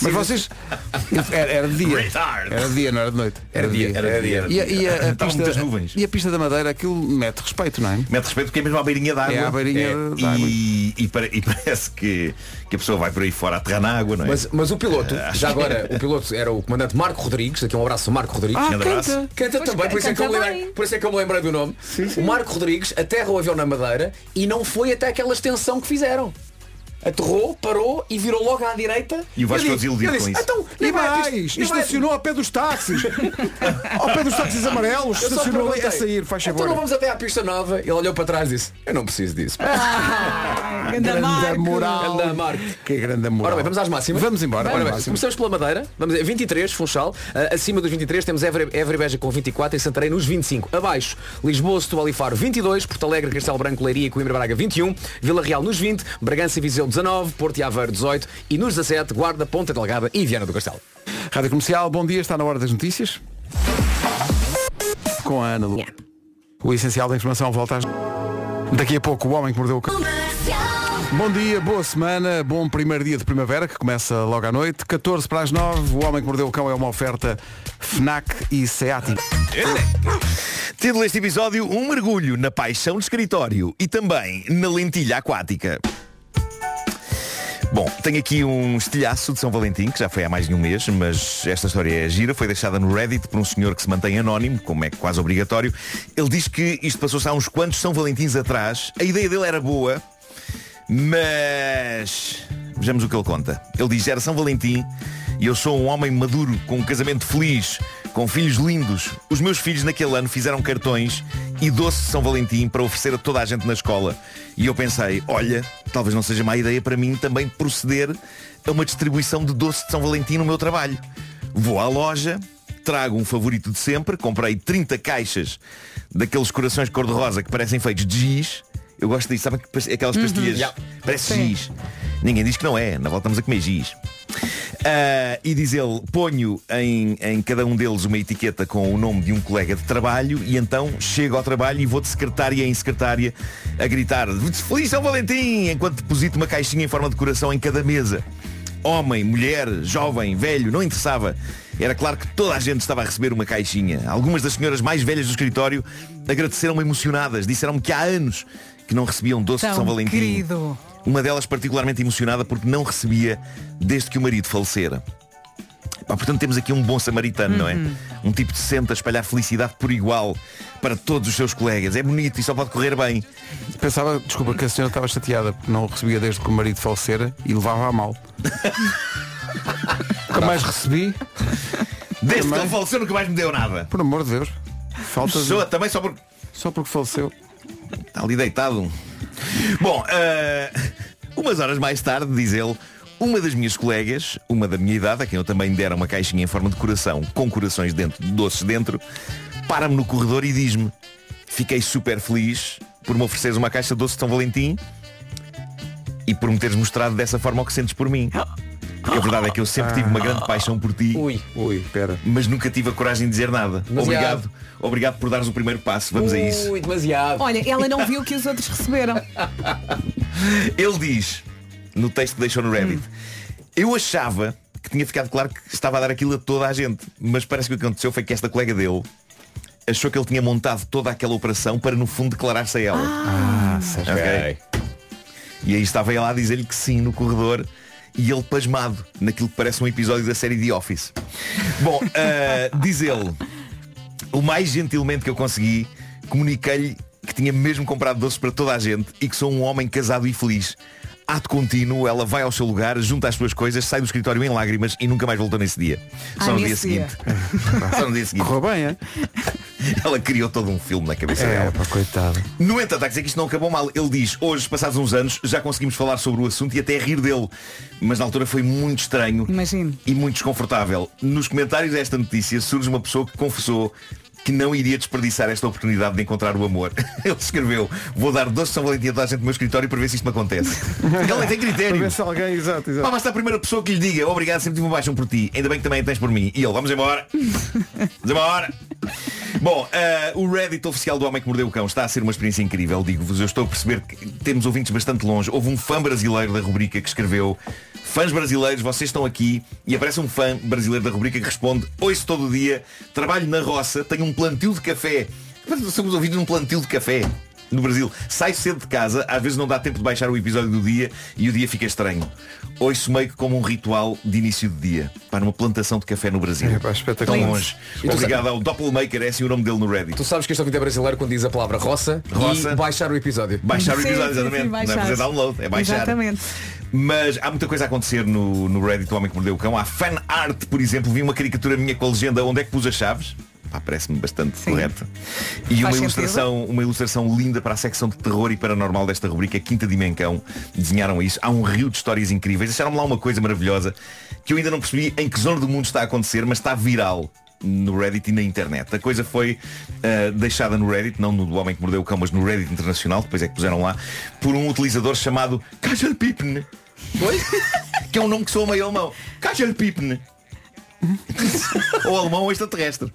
Mas vocês. Era, era de dia. Retard. Era de dia, não era de noite. Era dia, era dia. E, a- e a, a Estavam muitas nuvens. pista, e a pista da Madeira, aquilo mete respeito, não é? Mete respeito porque é mesmo à beirinha da água. É à beirinha da água. E, e pare- e parece que, que a pessoa vai por aí fora a aterrar na água, não é? Mas, mas o piloto, já agora, o piloto era o comandante Marco Rodrigues, aqui um abraço ao Marco Rodrigues. Ah, Grande canta. abraço. Canta Pois também, por isso, é que eu me canta lembrei, bem. por isso é que eu me lembrei do nome. O Marco Rodrigues aterra o avião na Madeira e não foi até aquela extensão que fizeram. aterrou, parou e virou logo à direita. E o Vasco ficou Eu disse- desiludido eu com disse, isso. Então, E nem vai, mais, nem vai. estacionou ao pé dos táxis. ao pé dos táxis amarelos, Eu só estacionou ali a perguntei, sair, faz Então favor. não vamos até à pista nova. Ele olhou para trás e disse, eu não preciso disso. Grande moral. Grande Marco. Que grande moral. Ora bem, vamos às máximas. Vamos embora. Ora bem, Máximo. começamos pela Madeira. Vamos dizer, 23, Funchal. Ah, acima dos 23 temos Évora Évora e Beja com 24 e Santarém nos 25. Abaixo, Lisboa, Setúbal e Faro 22, Porto Alegre, Castelo Branco, Leiria e Coimbra Braga 21, Vila Real nos 20, Bragança e Viseu 19, Porto e Aveiro 18 e nos 17 Guarda, Ponta Delgada e Viana do Castelo. Rádio Comercial, bom dia, está na hora das notícias. Com a Ana Lu. O essencial da informação volta às... Daqui a pouco o homem que mordeu o cão. Bom dia, boa semana, bom primeiro dia de primavera que começa logo à noite. 14 para as 9, o homem que mordeu o cão é uma oferta FNAC e SEAT. Título deste episódio, um mergulho na paixão de escritório e também na lentilha aquática. Bom, tenho aqui um estilhaço de São Valentim, que já foi há mais de um mês, mas esta história é gira, foi deixada no Reddit por um senhor que se mantém anónimo, como é quase obrigatório. Ele diz que isto passou-se há uns quantos São Valentins atrás, a ideia dele era boa, mas vejamos o que ele conta. Ele diz, era São Valentim e eu sou um homem maduro, com um casamento feliz, com filhos lindos. Os meus filhos naquele ano fizeram cartões e doce de São Valentim para oferecer a toda a gente na escola. E eu pensei, olha, talvez não seja má ideia para mim também proceder a uma distribuição de doce de São Valentim no meu trabalho. Vou à loja, trago um favorito de sempre, comprei 30 caixas daqueles corações cor-de-rosa que parecem feitos de giz. Eu gosto disso, sabe? Aquelas Uhum. pastilhas. Yeah. Parece Sim. giz. Ninguém diz que não é, na volta estamos a comer giz. Ah, e diz ele, ponho em, em cada um deles uma etiqueta com o nome de um colega de trabalho e então chego ao trabalho e vou de secretária em secretária a gritar Feliz São Valentim! Enquanto deposito uma caixinha em forma de coração em cada mesa. Homem, mulher, jovem, velho, não interessava. Era claro que toda a gente estava a receber uma caixinha. Algumas das senhoras mais velhas do escritório agradeceram-me emocionadas. Disseram-me que há anos que não recebiam doce de São Tão Valentim. querido. Uma delas particularmente emocionada porque não recebia desde que o marido falecera. Pá, portanto temos aqui um bom samaritano, não é? Um tipo de sente a espalhar felicidade por igual para todos os seus colegas. É bonito e só pode correr bem. Pensava, desculpa, que a senhora estava chateada porque não recebia desde que o marido falecera e levava a mal. Nunca mais recebi. Desde que ele faleceu nunca mais me deu nada. Por amor de Deus. Falta de... Pessoa também só porque. Só porque faleceu. Está ali deitado. Bom, eh, umas horas mais tarde, diz ele, uma das minhas colegas, uma da minha idade, a quem eu também dera uma caixinha em forma de coração, com corações dentro, doces dentro, para-me no corredor e diz-me, fiquei super feliz por me ofereceres uma caixa de doce de São Valentim e por me teres mostrado dessa forma o que sentes por mim. A verdade é que eu sempre tive uma grande paixão por ti. Ui, ui, pera. Mas nunca tive a coragem de dizer nada. Demasiado. Obrigado. Obrigado por dares o primeiro passo. Vamos a isso. Ui, demasiado. Olha, ela não viu que os outros receberam. Ele diz, no texto que deixou no Reddit, eu achava que tinha ficado claro que estava a dar aquilo a toda a gente, mas parece que o que aconteceu foi que esta colega dele achou que ele tinha montado toda aquela operação para no fundo declarar-se a ela. Ah, ok. E aí estava ela a dizer-lhe que sim no corredor e ele pasmado naquilo que parece um episódio da série The Office. Bom, ah, diz ele, o mais gentilmente que eu consegui, comuniquei-lhe que tinha mesmo comprado doces para toda a gente e que sou um homem casado e feliz. Ato contínuo, ela vai ao seu lugar, junta as suas coisas, sai do escritório em lágrimas e nunca mais voltou nesse dia. Só Ah, no nesse dia dia. seguinte. Só no dia seguinte. Correu bem, é? Ela criou todo um filme na cabeça É, dela. pá, coitado. No entanto, há que dizer que isto não acabou mal. Ele diz, hoje, passados uns anos, já conseguimos falar sobre o assunto e até rir dele. Mas na altura foi muito estranho Imagino. e muito desconfortável. Nos comentários desta notícia surge uma pessoa que confessou que não iria desperdiçar esta oportunidade de encontrar o amor. Ele escreveu, vou dar doce de São Valentim a toda a gente no meu escritório para ver se isto me acontece. Ele nem tem critério. Para ver se alguém, exato, Pá, exato. basta a primeira pessoa que lhe diga Obrigado, sempre tive uma paixão por ti Ainda bem que também a tens por mim E ele, vamos embora Vamos embora Bom, eh, o Reddit oficial do Homem que Mordeu o Cão Está a ser uma experiência incrível Digo-vos, eu estou a perceber que temos ouvintes bastante longe Houve um fã brasileiro da rubrica que escreveu Fãs brasileiros, vocês estão aqui E aparece um fã brasileiro da rubrica que responde Ouço todo o dia, trabalho na roça Tenho um plantio de café Mas somos ouvidos num plantio de café no Brasil, sai cedo de casa, às vezes não dá tempo de baixar o episódio do dia e o dia fica estranho. Ouço meio que como um ritual de início de dia. Para uma plantação de café no Brasil. É, Tão Lindo. longe. E tu Obrigado ao Doppelmaker, é assim o nome dele no Reddit. Tu sabes que este ouvinte é brasileiro quando diz a palavra roça, Roça. e baixar o episódio. Baixar o episódio, exatamente. não é fazer download, é baixar. Mas há muita coisa a acontecer no, no Reddit do Homem que Mordeu o Cão. Há fan art, por exemplo, vi uma caricatura minha com a legenda Onde é que pus as chaves? Pá, Parece-me bastante correta. E Faz uma sentido. ilustração, uma ilustração linda para a secção de terror e paranormal desta rubrica, Quinta Dimensão. Desenharam isso. Há um rio de histórias incríveis. Deixaram-me lá uma coisa maravilhosa que eu ainda não percebi em que zona do mundo está a acontecer, mas está viral no Reddit e na internet. A coisa foi ah, deixada no Reddit, não no do homem que mordeu o cão, mas no Reddit internacional, depois é que puseram lá, por um utilizador chamado Kajalpipne. Oi? que é um nome que soa meio alemão. Kajalpipne. Ou alemão ou extraterrestre.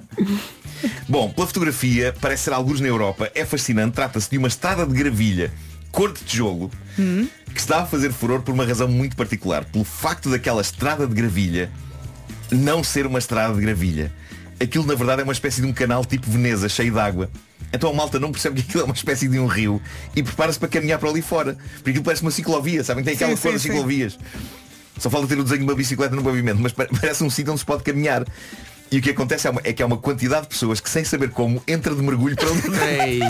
Bom, pela fotografia, parece ser alguns na Europa, é fascinante, trata-se de uma estrada de gravilha, cor de tijolo, que está a fazer furor por uma razão muito particular, pelo facto daquela estrada de gravilha não ser uma estrada de gravilha. Aquilo na verdade é uma espécie de um canal tipo Veneza, cheio de água. Então a malta não percebe que aquilo é uma espécie de um rio e prepara-se para caminhar para ali fora. Porque aquilo parece uma ciclovia, sabem? Tem aquela Sim, cor sim, das sim. ciclovias. Só falta ter o desenho de uma bicicleta no pavimento, mas pa- parece um sítio onde se pode caminhar. E o que acontece é, uma- é que há uma quantidade de pessoas que sem saber como entra de mergulho para ali.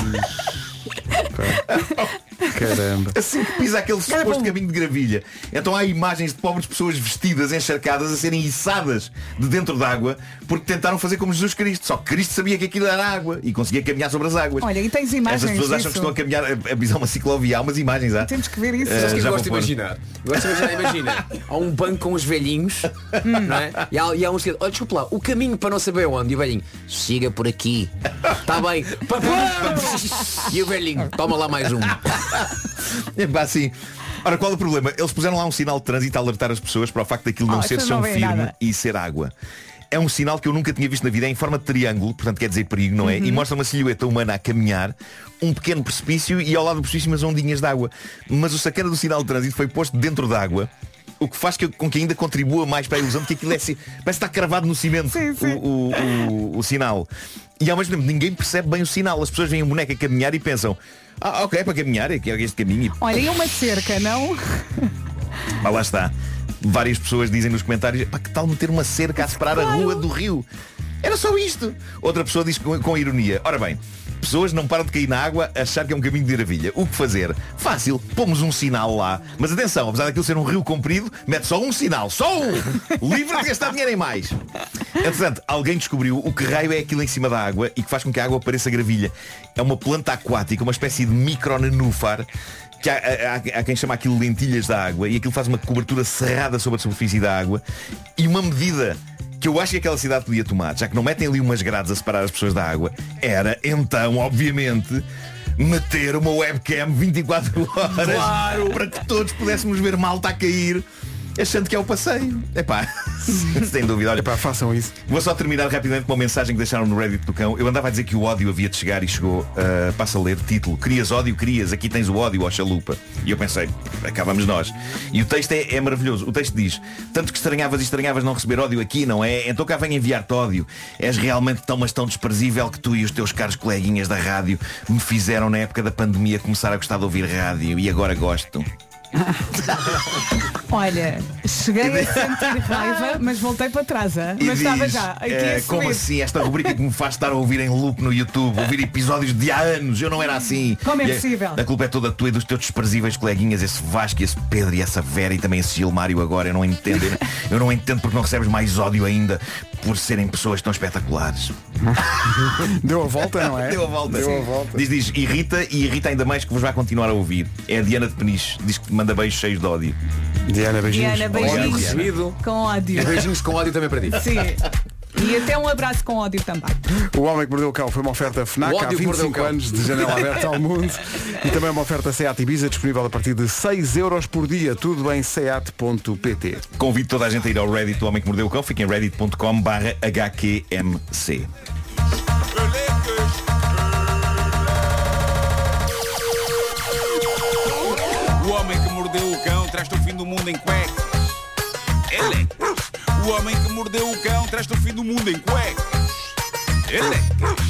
Caramba. Assim que pisa aquele um. suposto caminho de gravilha. Então há imagens de pobres pessoas vestidas, encharcadas, a serem içadas de dentro da água, porque tentaram fazer como Jesus Cristo. Só que Cristo sabia que aquilo era água e conseguia caminhar sobre as águas. Olha, e tens imagens Estas pessoas disso? Então, acham que estão a caminhar, a, a pisar uma ciclovia. Há umas imagens, há. Temos que ver isso. Eh, Sabes que eu já gosto de vou pôr. imaginar? Gosto de imaginar, imagina, há um banco com os velhinhos, não é? E há, e há uns que olha, desculpa lá, o caminho para não saber onde, e o velhinho, siga por aqui. Está bem. Pá, pá, pá, pá. E o velhinho, toma lá mais um. É pá, assim. Ora, qual é o problema? Eles puseram lá um sinal de trânsito a alertar as pessoas para o facto daquilo não Oh, ser isso não chão vem firme nada. e ser água. É um sinal que eu nunca tinha visto na vida, é em forma de triângulo, portanto quer dizer perigo, não é? Uhum. E mostra uma silhueta humana a caminhar, um pequeno precipício e ao lado do precipício umas ondinhas de água. Mas o sacana do sinal de trânsito foi posto dentro da água, o que faz que- com que ainda contribua mais para a ilusão de que aquilo é, ci- parece que está cravado no cimento o- o- o- o sinal. E ao mesmo tempo ninguém percebe bem o sinal. As pessoas veem a boneca caminhar e pensam, ah, ok, é para caminhar, é que é este caminho. E Olha, e uma cerca, não? mas lá está. Várias pessoas dizem nos comentários, pá, que tal meter uma cerca a separar a rua do rio? Era só isto. Outra pessoa diz com, com ironia, ora bem, pessoas não param de cair na água a achar que é um caminho de maravilha. O que fazer? Fácil, pomos um sinal lá. Mas atenção, apesar daquilo ser um rio comprido, mete só um sinal, só um! Livre de gastar dinheiro em mais. Entretanto, alguém descobriu o que raio é aquilo em cima da água e que faz com que a água pareça gravilha. É uma planta aquática, uma espécie de micronanúfar que há, há- há- há quem chama aquilo lentilhas da água e aquilo faz uma cobertura cerrada sobre a superfície da água e uma medida que eu acho que aquela cidade podia tomar, já que não metem ali umas grades a separar as pessoas da água, era então, obviamente, meter uma webcam 24 horas Claro! para que todos pudéssemos ver malta a cair achando que é o passeio. Epá, sem dúvida. Olha, façam isso. Vou só terminar rapidamente com uma mensagem que deixaram no Reddit do cão. Eu andava a dizer que o ódio havia de chegar e chegou. Uh, passa a ler título. Crias ódio, crias. Aqui tens o ódio, ó chalupa. E eu pensei, acabamos nós. E o texto é, é maravilhoso. O texto diz, tanto que estranhavas e estranhavas não receber ódio aqui, não é? Então cá vem enviar-te ódio. És realmente tão, mas tão desprezível que tu e os teus caros coleguinhas da rádio me fizeram na época da pandemia começar a gostar de ouvir rádio e agora gosto. Olha, cheguei a sentir raiva, mas voltei para trás. ah? E Mas estava diz, já. Aqui eh, a como subir. assim? Esta rubrica que me faz estar a ouvir em loop no YouTube, ouvir episódios de há anos, eu não era assim. Como é E a- possível? A culpa é toda tua e dos teus desprezíveis coleguinhas, esse Vasco, e esse Pedro e essa Vera e também esse Gilmário agora, eu não entendo. Eu não- Eu não entendo porque não recebes mais ódio ainda por serem pessoas tão espetaculares. Deu a volta, não é? Deu a volta. Deu a Sim. volta. Diz, diz, irrita e irrita ainda mais que vos vai continuar a ouvir. É a Diana de Peniche, diz que te manda beijos cheios de ódio. Diana, Diana, beijinhos com ódio. com ódio também para ti. Sim. E até um abraço com ódio também. Tá O Homem que Mordeu o Cão foi uma oferta FNAC O há ódio que mordeu o 25 cão. anos de janela aberta ao mundo e também uma oferta SEAT Ibiza disponível a partir de 6 euros por dia, tudo em seat.pt. Convido toda a gente a ir ao Reddit do Homem que Mordeu o Cão. Fiquem em reddit.com barra HQMC. O homem que mordeu o cão traz-te o fim do mundo em cuecas. é. Elecas. é. O homem que mordeu o cão traz-te o fim do mundo em cuecas. Elecas.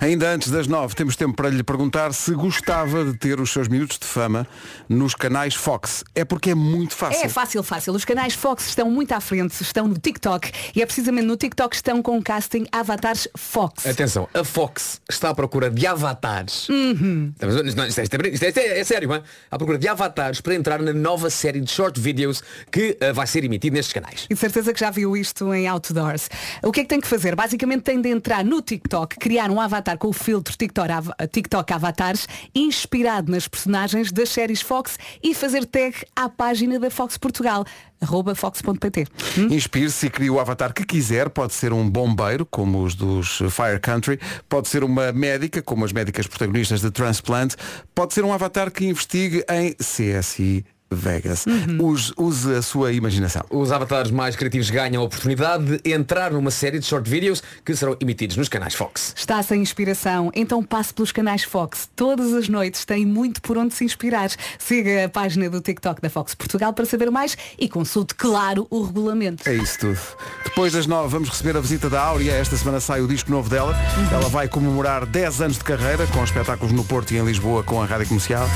Ainda antes das nove, temos tempo para lhe perguntar se gostava de ter os seus minutos de fama nos canais Fox. É porque é muito fácil. É fácil, fácil. Os canais Fox estão muito à frente, estão no TikTok e é precisamente no TikTok que estão com o casting Avatares Fox. É Atenção, a Fox está à procura de avatares. Uhum. Estamos- não, Isto, é- isto é- isto é- isto é, é sério, hein? à procura de avatares para entrar na nova série de short videos que ah, vai ser emitida nestes canais. E de certeza que já viu isto em outdoors. O que é que tem que fazer? Basicamente tem de entrar no TikTok, criar um avatar com o filtro TikTok, av- TikTok Avatares, inspirado nas personagens das séries Fox e fazer tag à página da Fox Portugal, arroba fox.pt. Inspire-se e crie o avatar que quiser. Pode ser um bombeiro, como os dos Fire Country. Pode ser uma médica, como as médicas protagonistas de Transplant. Pode ser um avatar que investigue em CSI Vegas. Use, use a sua imaginação. Os avatares mais criativos ganham a oportunidade de entrar numa série de short videos que serão emitidos nos canais Fox. Está sem inspiração? Então passe pelos canais Fox. Todas as noites tem muito por onde se inspirar. Siga a página do TikTok da Fox Portugal para saber mais e consulte, claro, o regulamento. É isso tudo. Depois das nove vamos receber a visita da Áurea. Esta semana sai o disco novo dela. Ela vai comemorar 10 anos de carreira com espetáculos no Porto e em Lisboa com a Rádio Comercial.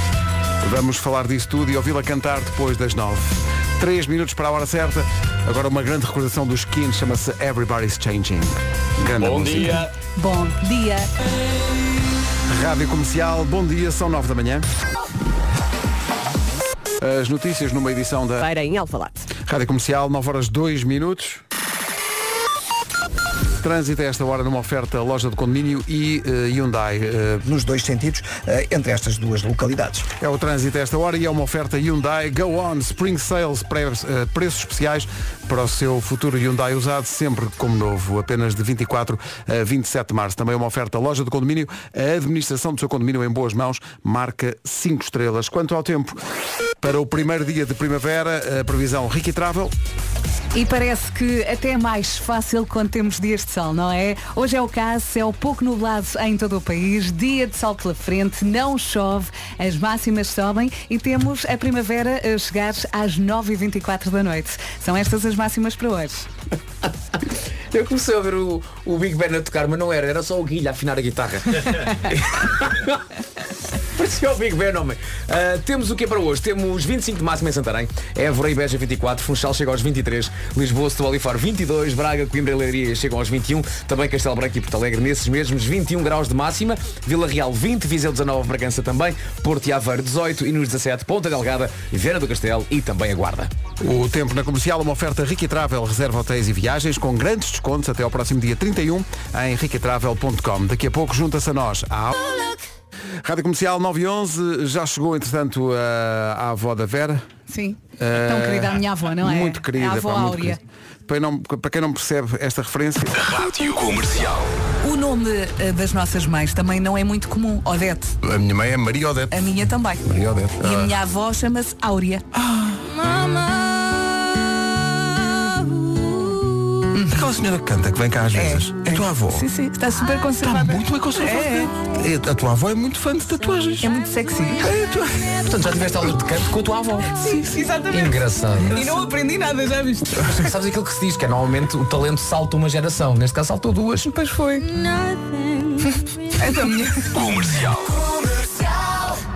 Vamos falar disso tudo e ouvi-la cantar depois das nove. Três minutos para a hora certa. Agora uma grande recordação dos Skins chama-se Everybody's Changing. Grande Bom música. dia. Bom dia. Rádio Comercial, bom dia, são nove da manhã. As notícias numa edição da Feira em Alvalade. Rádio Comercial, 9 horas 2 minutos. Trânsito a esta hora numa oferta loja de condomínio e eh, Hyundai. Nos dois sentidos, eh, entre estas duas localidades. É o trânsito a esta hora e é uma oferta Hyundai Go On Spring Sales, pre- eh, preços especiais para o seu futuro Hyundai usado, sempre como novo, apenas de 24 a 27 de março. Também uma oferta loja de condomínio, a administração do seu condomínio em boas mãos, marca 5 estrelas. Quanto ao tempo, para o primeiro dia de primavera, a previsão riquitravel. E parece que até é mais fácil quando temos dias de sol, não é? Hoje é o caso, é o pouco nublado em todo o país, dia de sol pela frente, não chove, as máximas sobem e temos a primavera a chegar às 9h24 da noite. São estas as máximas para hoje. Eu comecei a ver o, o Big Ben a tocar, mas não era, era só o Guilherme a afinar a guitarra. Parecia o Big Ben, homem. Ah, temos o que para hoje? Temos 25 de máximo em Santarém, Évora e Beja 24, Funchal chega aos 23, Lisboa, Setúbal e Faro 22, Braga, Coimbra e Leiria chegam aos 21, também Castelo Branco e Porto Alegre nesses mesmos 21 graus de máxima, Vila Real 20, Viseu 19, Bragança também, Porto e Aveiro 18 e nos 17, Ponta Delgada, Viana do Castelo e também a Guarda. O tempo na comercial, uma oferta Riquitravel, reserva hotéis e viagens com grandes descontos até ao próximo dia 31 em riquitravel.com. Daqui a pouco junta-se a nós. A... Rádio Comercial 9 e 11, já chegou entretanto a, a avó da Vera. Sim. Eh, É Tão querida a minha avó, não é? Muito querida, A avó pá, muito Áurea. querida. Para, não- para quem não percebe esta referência. Rádio Comercial. O nome eh, das nossas mães também não é muito comum, Odete. A minha mãe é Maria Odete. A minha também. Maria Odete. E a minha avó chama-se Áurea. Ah, Aquela senhora que canta, que vem cá às vezes. É, a tua avó. Sim, sim, está super conservada. Está muito bem conservada. É, A tua avó é muito fã de tatuagens. É muito sexy. Portanto, já tiveste aula de canto com a tua avó. Sim, sim, exatamente. Engraçado. E não aprendi nada, já viste? Mas sabes aquilo que se diz, que é normalmente o talento salta uma geração. Neste caso saltou duas. Pois foi. Então, a minha, Comercial. Portanto,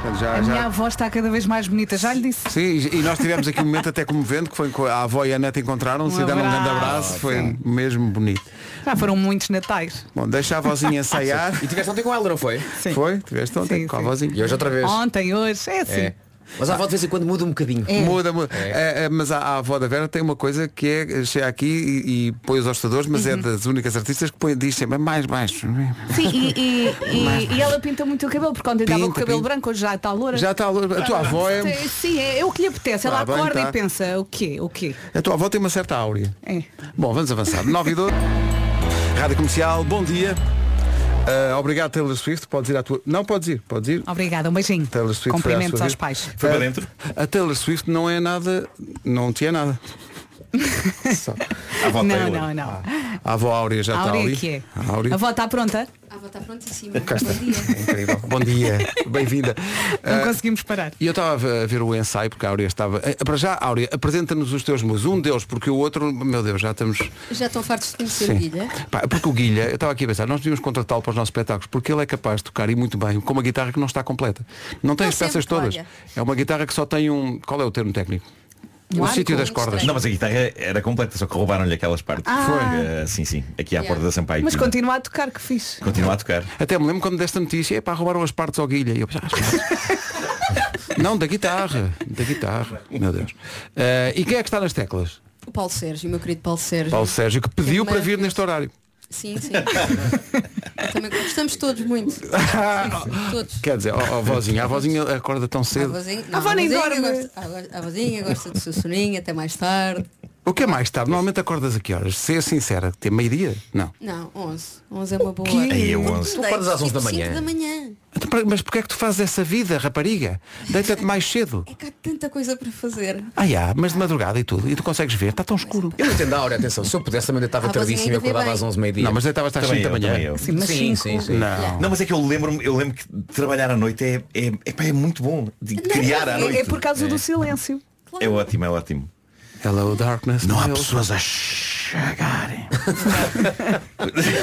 a Já, minha já... avó está cada vez mais bonita, já lhe disse. Sim, e e nós tivemos aqui um momento até comovente, que foi quando a avó e a neta encontraram-se Um e deram um grande abraço, abraço, foi mesmo bonito. Já foram muitos natais. Bom, deixa a vozinha ensaiar. E tiveste ontem com ela, não foi? Sim. Foi? Tiveste ontem com a vozinha. E hoje outra vez. Ontem, hoje, é assim. É. Mas a avó de vez em quando muda um bocadinho. Muda, muda. É, é, mas a, a avó da Vera tem uma coisa que é chega aqui e, e põe os ostadores, mas é das únicas artistas que põe, diz sempre "É mais baixo. Uhum. Sim, e, e- e- Mas- e ela pinta muito o cabelo, porque ontem estava com o Pinta, cabelo pinta. branco, hoje já está loura. Já está loura. A tua avó é- Sim, é, é o que lhe apetece. Ela Ah, bem, acorda tá. e pensa, o quê? O quê? A tua avó tem uma certa áurea. É. Bom, vamos avançar. 9 e 12. Rádio Comercial, bom dia. Ah, obrigado, Taylor Swift. Podes ir à tua. Não, podes ir, podes ir. Obrigada, um beijinho. Taylor Swift foi à Cumprimentos sua aos vez. pais. Ah, A Taylor Swift não é nada. Não tinha nada. A avó Ah, não, Taylor. não, não. A avó Áurea já a está Áurea ali. que é? A Áurea. A avó está pronta? tá Cá está. É incrível. Bom dia. Bem-vinda. Não Ah, conseguimos parar. E eu estava a ver o ensaio porque a Áurea estava. Eh, Para já, Áurea, apresenta-nos os teus músicos. Um deles, porque o outro, meu Deus, já estamos. Já estão fartos de conhecer Sim. Guilha? Pá, porque o Guilha, eu estava aqui a pensar, nós devíamos contratá-lo para os nossos espetáculos, porque ele é capaz de tocar e muito bem, com uma guitarra que não está completa. Não tem Não as peças sempre, todas. olha. É uma guitarra que só tem um. Qual é o termo técnico? Um o arco, sítio das um cordas. Não, mas a guitarra era completa, só que roubaram-lhe aquelas partes. Ah. Foi. Ah, sim, sim. Aqui à Yeah. porta da Sampaio. Mas Pina. continua a tocar, que fixe. Continua a tocar. Até me lembro quando desta notícia, é para roubaram as partes ao Guilha. E eu pensava, "Ah, Não, da guitarra. Da guitarra. Meu Deus. Eh, e quem é que está nas teclas? O Paulo Sérgio, o meu querido Paulo Sérgio. Paulo Sérgio, que pediu Que para vir neste horário. Sim, sim. Também gostamos todos muito. Sim, Ah, sim, todos. Quer dizer, ó, ó, vozinha, a vozinha acorda tão A cedo. vozinha, A vó nem dorme. gosta, a vo- a vozinha gosta do seu soninho até mais tarde. O que é mais tarde? Normalmente acordas a que horas? Ser sincera, tem meio-dia? Não. Não, 11. 11 é uma boa. quê? hora. Aí é 11. Tu acordas às 11 da Tipo manhã. 5 da manhã. Então, pera- Mas porquê é que tu fazes essa vida, rapariga? Deita-te mais cedo. É que há tanta coisa para fazer. Ah, já, mas de madrugada e tudo. E tu consegues ver, está tão escuro. Eu não entendo a hora, atenção. Se eu pudesse também deitava Ah, você tardíssimo e ainda vê acordava bem. às 11 meio dia. Não, mas deitavas-te às 5 da manhã. Sim, Sim, sim, sim, Não. mas é que eu lembro-me, eu lembro que trabalhar à noite é, é, epá, é muito bom. De criar à noite. é, é por causa É. do silêncio. É ótimo, é ótimo. Hello darkness. Não há pessoas a chegarem.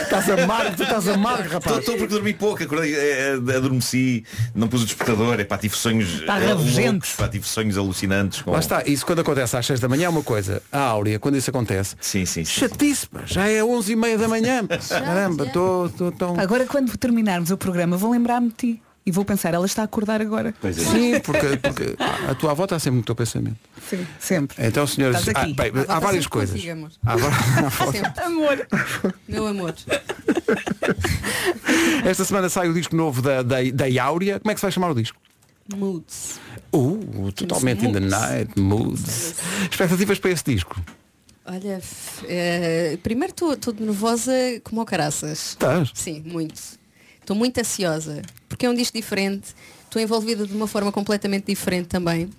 estás amargo, tu estás amargo, rapaz. Estou porque dormi pouco, acordei, eh, eh, adormeci, não pus o despertador, epá, tive sonhos Está eh, rabugento. loucos, pá, tive sonhos alucinantes. Com... Lá está, isso quando acontece às 6 da manhã é uma coisa. A Áurea, quando isso acontece, sim, sim, chatice, pá, já é 11 e meia da manhã. Caramba, estou tão. Agora quando terminarmos o programa vou lembrar-me de ti. E vou pensar, ela está a acordar agora. é. Sim, porque, porque a tua avó está sempre no teu pensamento. Sim, sempre. Então, senhoras, Estás ah, aqui. bem, A avó há está várias sempre coisas. contigo, amor. Há va- Amor. Meu amor. Esta semana sai o disco novo da, da, da Áurea. Como é que se vai chamar o disco? Moods. Uh, totalmente in the Moods. night, moods. Expectativas para esse disco? Olha, f- eh, primeiro estou nervosa como ao caraças. Estás? Sim, muito. Estou muito ansiosa, porque é um disco diferente, estou envolvida de uma forma completamente diferente também.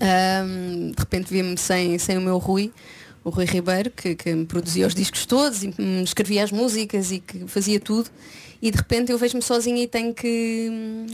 Ahm, de repente vi-me sem, sem o meu Rui, o Rui Ribeiro, que, que me produzia os discos todos e me escrevia as músicas e que fazia tudo. E de repente eu vejo-me sozinha e tenho que hum,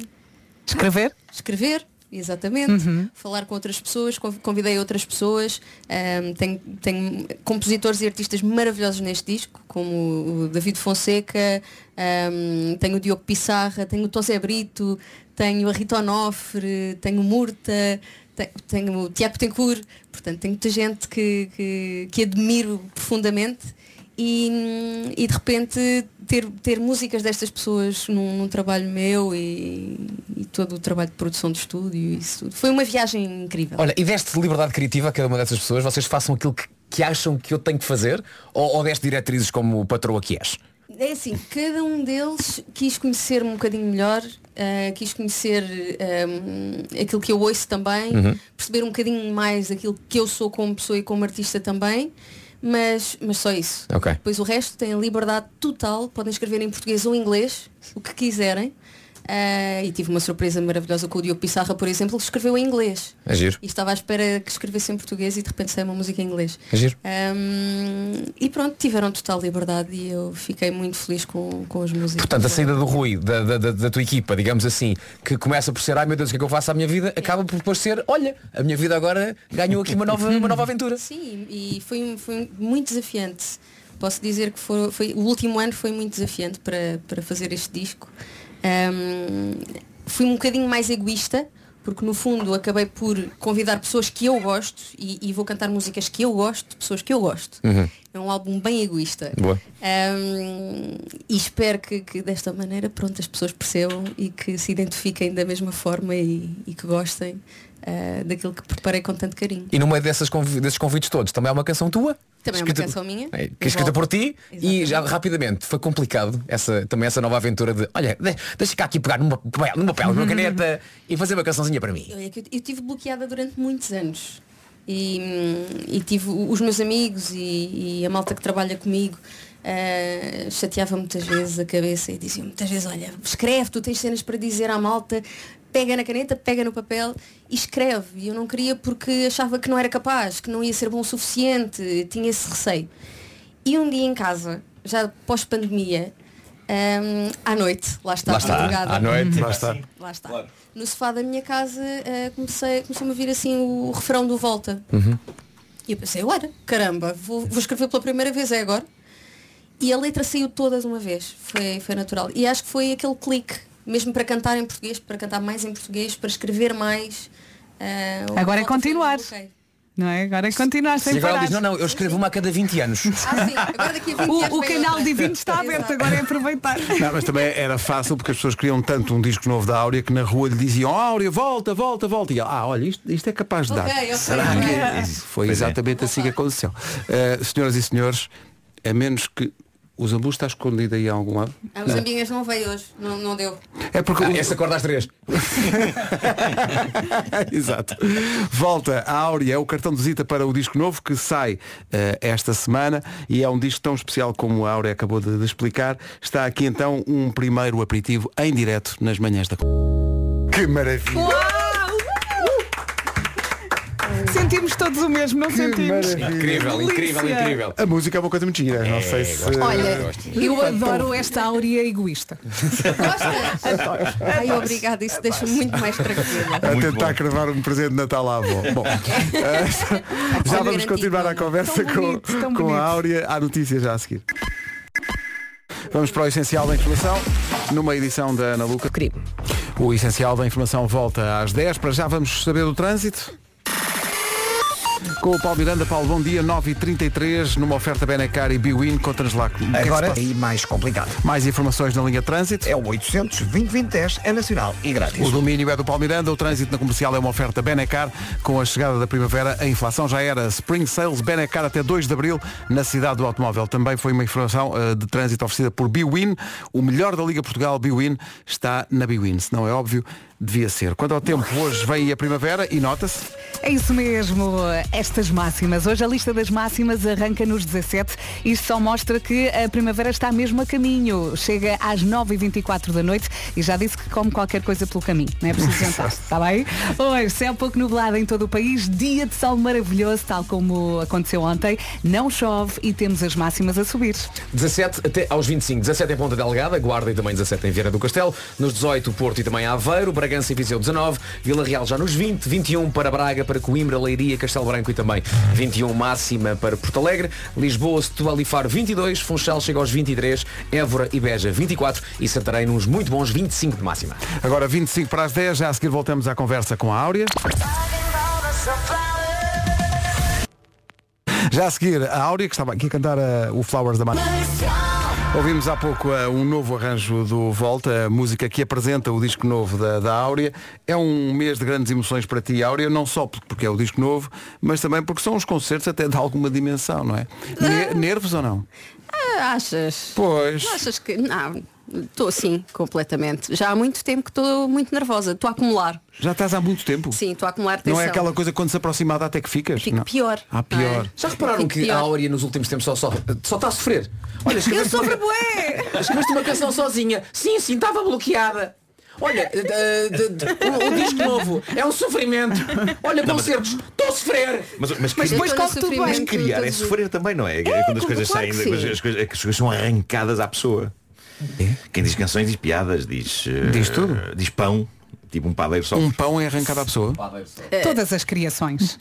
Escrever? escrever, exatamente, falar com outras pessoas, conv- convidei outras pessoas, ahm, tenho, tenho compositores e artistas maravilhosos neste disco, como o David Fonseca, ahm, tenho o Diogo Pissarra, tenho o Tosé Brito, tenho a Rita Onofre, tenho o Murta, te- tenho o Tiago Tencourt, portanto tenho muita gente que, que, que admiro profundamente. E, hum, e de repente ter, ter músicas destas pessoas num, num trabalho meu e, e todo o trabalho de produção de estúdio e isso tudo. Foi uma viagem incrível. Olha, e deste liberdade criativa a cada uma dessas pessoas, vocês façam aquilo que, que acham que eu tenho que fazer ou, ou deste diretrizes como patroa que és? É assim, cada um deles quis conhecer um bocadinho melhor, ah, quis conhecer ah, aquilo que eu ouço também, Uhum. perceber um bocadinho mais aquilo que eu sou como pessoa e como artista também, mas, mas só isso. Ok. Depois o resto tem a liberdade total, podem escrever em português ou inglês, o que quiserem. Ah, e tive uma surpresa maravilhosa com o Diogo Pissarra, por exemplo, que escreveu em inglês. É giro. E estava à espera que escrevesse em português e de repente saiu uma música em inglês. É giro. Ahm, e pronto, tiveram total liberdade e eu fiquei muito feliz com, com as músicas. Portanto, assim a saída do Rui, da, da, da- da tua equipa, digamos assim, que começa por ser, ai meu Deus, o que é que eu faço à minha vida, acaba por depois ser, olha, a minha vida agora ganhou aqui uma nova, uma nova aventura. Sim, e foi, um- foi um- muito desafiante. Posso dizer que foi, foi- o último ano foi muito desafiante para, para fazer este disco. Ahm, fui um bocadinho mais egoísta, porque no fundo acabei por convidar pessoas que eu gosto e, e vou cantar músicas que eu gosto, de pessoas que eu gosto. É um álbum bem egoísta. Boa. Ahm, e espero que, que desta maneira pronto, as pessoas percebam e que se identifiquem da mesma forma e, e que gostem ah, daquilo que preparei com tanto carinho. E no meio dessas convi- desses convites todos, também há uma canção tua? Também é uma canção minha. É, que é escrita por ti e já rapidamente foi complicado essa, também essa nova aventura de olha, de- deixa cá aqui pegar numa, numa pele, numa caneta e fazer uma cançãozinha para mim. Olha, que Uhum. eu, eu tive bloqueada durante muitos anos. E, hum, e tive o- os meus amigos e, e a malta que trabalha comigo ah, chateava muitas vezes a cabeça e dizia muitas vezes, olha, escreve, tu tens cenas para dizer à malta, pega na caneta, pega no papel e escreve. E eu não queria porque achava que não era capaz, que não ia ser bom o suficiente, tinha esse receio. E um dia em casa, já pós-pandemia, ahm, à noite, lá está, Lá está, madrugada. à noite, lá está. Lá está. No sofá da minha casa ah, comecei, começou-me a vir assim o refrão do Volta. Uhum. E eu pensei, ora, caramba, vou, vou escrever pela primeira vez, é agora. E a letra saiu toda de uma vez, foi, foi natural. E acho que foi aquele clique, mesmo para cantar em português, para cantar mais em português, para escrever mais. ah, o Agora é Volta foi um continuar. bloqueio. Não é? Agora é continuar sem E agora ele parar. diz, não, não, eu escrevo uma a cada 20 anos. Ah, O, o canal divino está aberto, agora é aproveitar. Não, mas também era fácil porque as pessoas queriam tanto um disco novo da Áurea que na rua lhe diziam, "Oh, Áurea, volta, volta, volta. E ela, ah, olha, isto, isto é capaz de Ok, dar. ok. Será que é? Pois foi exatamente assim que aconteceu? Eh, senhoras e senhores, a menos que o Zambu está escondido aí a algum lado. Ah, os Não. ambinhas não veio hoje, não, não deu. É porque Ah, essa acorda às três. Exato. Volta a Áurea, é o cartão de visita para o disco novo que sai eh, esta semana e é um disco tão especial como a Áurea acabou de, de explicar. Está aqui então um primeiro aperitivo em direto nas manhãs da. Que maravilha! Sentimos todos o mesmo, não sentimos? Incrível, incrível, Delícia. incrível. A música é uma coisa muito gira, não sei se. Olha, eu adoro esta áurea egoísta. Ai, obrigada, isso deixa-me muito mais tranquila. A tentar cravar um presente de Natal à avó. Bom, eh, já vamos garantido, continuar a conversa Tão com, bonito, tão com bonito. a Áurea. Há notícias já a seguir. Vamos para o Essencial da Informação, numa edição da Ana Luca. O Essencial da Informação volta às 10. Para já vamos saber do trânsito. Com o Paulo Miranda, Paulo, bom dia, 9h33, numa oferta Benacar e Biwin, conta-nos lá. o que é que se Agora passa. e mais complicado. Mais informações na linha Trânsito. É o 800 é nacional e grátis. O domínio é do Palmiranda, o trânsito na comercial é uma oferta Benecar. Com a chegada da primavera, a inflação já era Spring Sales Benecar até 2 de abril na cidade do automóvel. Também foi uma informação eh, de trânsito oferecida por Biwin. O melhor da Liga Portugal, Biwin, está na Biwin. Se não é óbvio, devia ser. Quanto ao tempo, hoje vem a primavera e nota-se. É isso mesmo, estas máximas. Hoje a lista das máximas arranca nos 17. Isto só mostra que a primavera está mesmo a caminho. Chega às 9h24 da noite e já disse que come qualquer coisa pelo caminho. Não é preciso jantar, está bem? Hoje, céu pouco nublado em todo o país, dia de sol maravilhoso, tal como aconteceu ontem. Não chove e temos as máximas a subir. 17 até aos 25. 17 em Ponta Delgada, Guarda e também 17 em Vieira do Castelo. Nos 18, Porto e também Aveiro, Bragança e Viseu 19, Vila Real já nos 20, 21 para Braga, para Coimbra, Leiria, Castelo Branco e também 21 máxima para Porto Alegre, Lisboa, Setúbal e Faro 22, Funchal chega aos 23, Évora e Beja 24 e Santarém nos muito bons 25 de máxima. Agora 25 para as 10, já a seguir voltamos à conversa com a Áurea. Já a seguir, a Áurea, que estava aqui a cantar eh, o Flowers da Mana. Ouvimos há pouco eh, um novo arranjo do Volta, a música que apresenta o disco novo da, da Áurea. É um mês de grandes emoções para ti, Áurea, não só porque é o disco novo, mas também porque são uns concertos até de alguma dimensão, não é? Ne- nervos ou não? Ah, achas? Pois. Não achas que. Não, estou sim, completamente. Já há muito tempo que estou muito nervosa. Estou a acumular. Já estás há muito tempo? Sim, estou a acumular tensão. Não é aquela coisa quando se aproxima a data é que ficas? Fico não. pior. é? Ah, pior. Ah, Já repararam Fico que pior. a Áurea nos últimos tempos só, só, só está a sofrer? Olha, Eu escreveste uma- sofro bué! Escreveste uma canção sozinha. Sim, sim, estava bloqueada. Olha, eh, de- de- o, o disco novo é um sofrimento. Olha, Não, mas- concertos, estou a sofrer. Mas, mas, Mas depois mas- corre tudo bem. mas criar é Todos os- sofrer também, não é? É, quando as como- coisas claro saem, que as sim. coisas, as coisas- as coisas são arrancadas à pessoa. Quem diz canções diz piadas, diz. eh, É? Diz tudo. Diz pão. Tipo um padeiro só. Um pão é arrancado à pessoa. Eh, Todas as criações.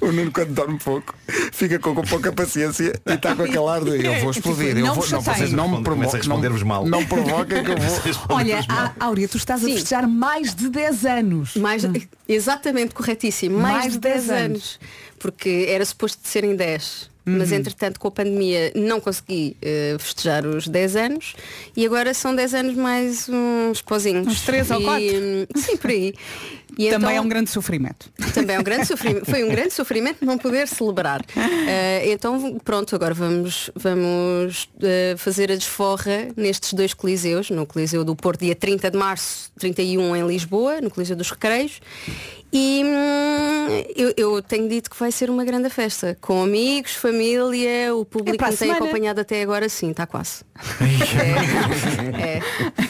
O Nuno quando dorme pouco fica com, com pouca paciência e está com aquele ar de eu vou explodir, Tipo, eu não vou, me não, chateiem. vocês não Começa a me provoquem, responder-vos não, mal. não provoquem que eu vou. Olha, a- Áurea, tu estás a festejar mais de 10 anos. Mais, exatamente, corretíssimo. Mais, de 10 anos. Porque era suposto de serem 10. Mas Uhum. entretanto com a pandemia não consegui eh, festejar os 10 anos e agora são 10 anos mais uns pozinhos. Uns três ou E, quatro. hum, Sim, por aí. E então- Também é um grande sofrimento. Também é um grande sofrimento, foi um grande sofrimento não poder celebrar. Eh, então, pronto, agora vamos, vamos eh, fazer a desforra nestes dois coliseus, no Coliseu do Porto, dia 30 de março, 31 em Lisboa, no Coliseu dos Recreios. E hum, eu, eu tenho dito que vai ser uma grande festa, com amigos, família, o público É para a que me tem semana. acompanhado até agora, sim, está quase.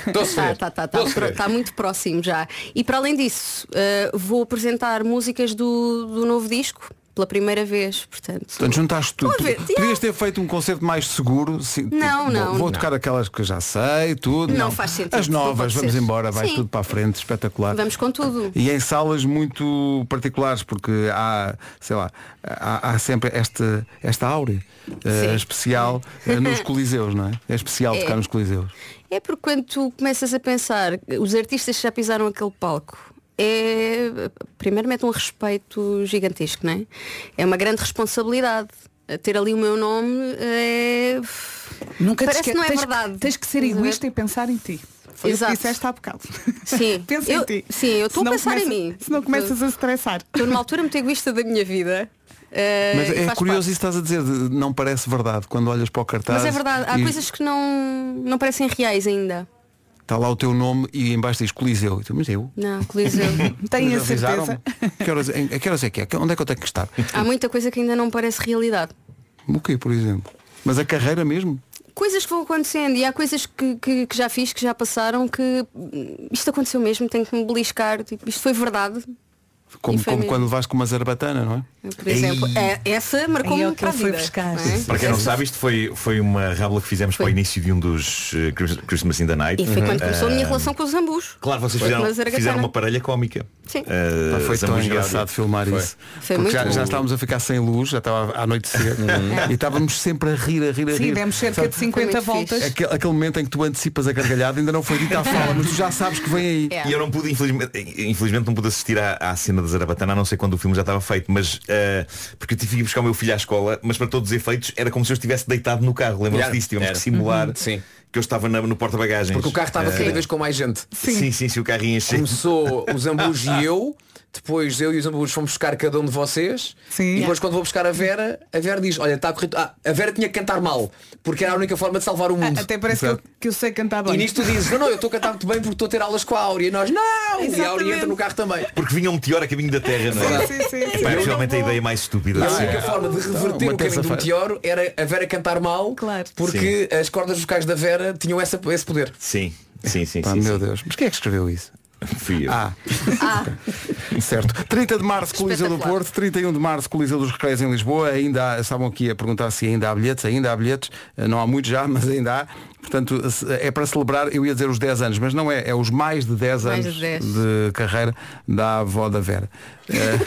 É. Doce Tá, ver. tá, tá, tá. Doce Pro- ver. tá muito próximo já. E para além disso, uh, vou apresentar músicas do, do novo disco pela primeira vez, portanto. Portanto, juntaste tudo. Vou ver, Tu- Podias ter feito um concerto mais seguro. se- Não, Bom, não. Vou Não. tocar aquelas que eu já sei, tudo. Não faz sentido, As não novas, pode vamos ser. embora, vai Sim. tudo para a frente, espetacular. Vamos com tudo. E em salas muito particulares, porque há, sei lá, há, há sempre esta, esta áurea eh, Sim. especial eh, nos coliseus, não é? É especial É. tocar nos coliseus. É porque quando tu começas a pensar, os artistas já pisaram aquele palco. É, primeiro mete um respeito gigantesco, não é? É uma grande responsabilidade. Ter ali o meu nome é. Nunca te Parece que esque- não é tens, verdade. Tens que ser Estás a ver? egoísta e pensar em ti. Foi Exato. o que disseste há bocado. Sim, Pensa eu, em ti. Sim, eu estou a Senão pensar em começa- mim. Se não começas a estressar. Estou numa altura muito egoísta da minha vida. eh, Mas é curioso isso que estás a dizer, de- não parece verdade quando olhas para o cartaz. Mas é verdade, há e coisas que não, não parecem reais ainda. Está lá o teu nome e em baixo diz Coliseu. E tu, Mas eu. Não, Coliseu. Mas avisaram-me? Que horas, em- a que horas é que é? Onde é que eu tenho que estar? Há muita coisa que ainda não parece realidade. O quê, por exemplo? Mas a carreira mesmo? Coisas que vão acontecendo e há coisas que, que, que já fiz, que já passaram, que hum, isto aconteceu mesmo, tenho que me beliscar, tipo, isto foi verdade. Como, E foi como mesmo. quando vais com uma zarbatana, não é? Por exemplo, é- essa Ei, é marcou-me o que para a ele foi vida. buscar. não é? Para quem não sabe, isto foi, foi uma rábula que fizemos para o início de um dos eh, Christ- Christmas in the Night. E foi quando Ah, começou a minha relação com os ambos. Claro, vocês Foi fizeram, na Zaragatana. fizeram uma parelha cómica. Sim. Ah, Pá, foi tão Zambujo engraçado Gáudio. filmar Foi. isso. Foi porque muito já, bom. já estávamos a ficar sem luz, já estava a anoitecer Uhum. e estávamos sempre a rir, a rir, a rir. Sim, demos cerca Sabe? de 50 Foi muito voltas. É Aquele, aquele momento em que tu antecipas a gargalhada ainda não foi dita a fala, mas tu já sabes que vem É. aí. E eu não pude, infelizmente, infelizmente não pude assistir à, à cena da Zarabatana, a não sei quando o filme já estava feito, mas ah, porque eu tive que ir buscar o meu filho à escola, mas para todos os efeitos era como se eu estivesse deitado no carro. Lembram-se Era, disso? Tivemos era. que simular Uhum. Sim. que eu estava na- no porta-bagagens. Porque o carro estava Ah, cada vez com mais gente. Sim, sim, sim, o carro ia encher. Começou o Zambujo e eu, depois eu e o Zambujo fomos buscar cada um de vocês. E depois quando vou buscar a Vera, a Vera diz, olha, está a correr. Ah, a Vera tinha que cantar mal, porque era a única forma de salvar o mundo. Até parece que eu, que eu sei cantar bem. E nisto tu dizes, não, não, eu estou a cantar muito bem porque estou a ter aulas com a Áurea. E nós, não! E a Áurea entra no carro também. Porque vinha um meteor a caminho da Terra, não é? Sim, sim, sim, Epá, sim. era realmente a ideia mais estúpida. E a de única sempre. forma de reverter Uma o caminho do terça-feira. meteoro era a Vera cantar mal, porque as cordas vocais da Vera tinham essa, esse poder. Sim, sim, sim. Pá, meu Deus, mas quem é que escreveu isso? Fui eu. Ah, certo. 30 de março, Coliseu do Porto, 31 de março, Coliseu dos Recreios em Lisboa. Ainda há, estavam aqui a perguntar se ainda há bilhetes, ainda há bilhetes, Eh, não há muito já, mas ainda há. Portanto, se- é para celebrar, eu ia dizer os 10 anos, mas não é, é os mais de 10 Mais anos de 10. de carreira da avó da Vera. Eh,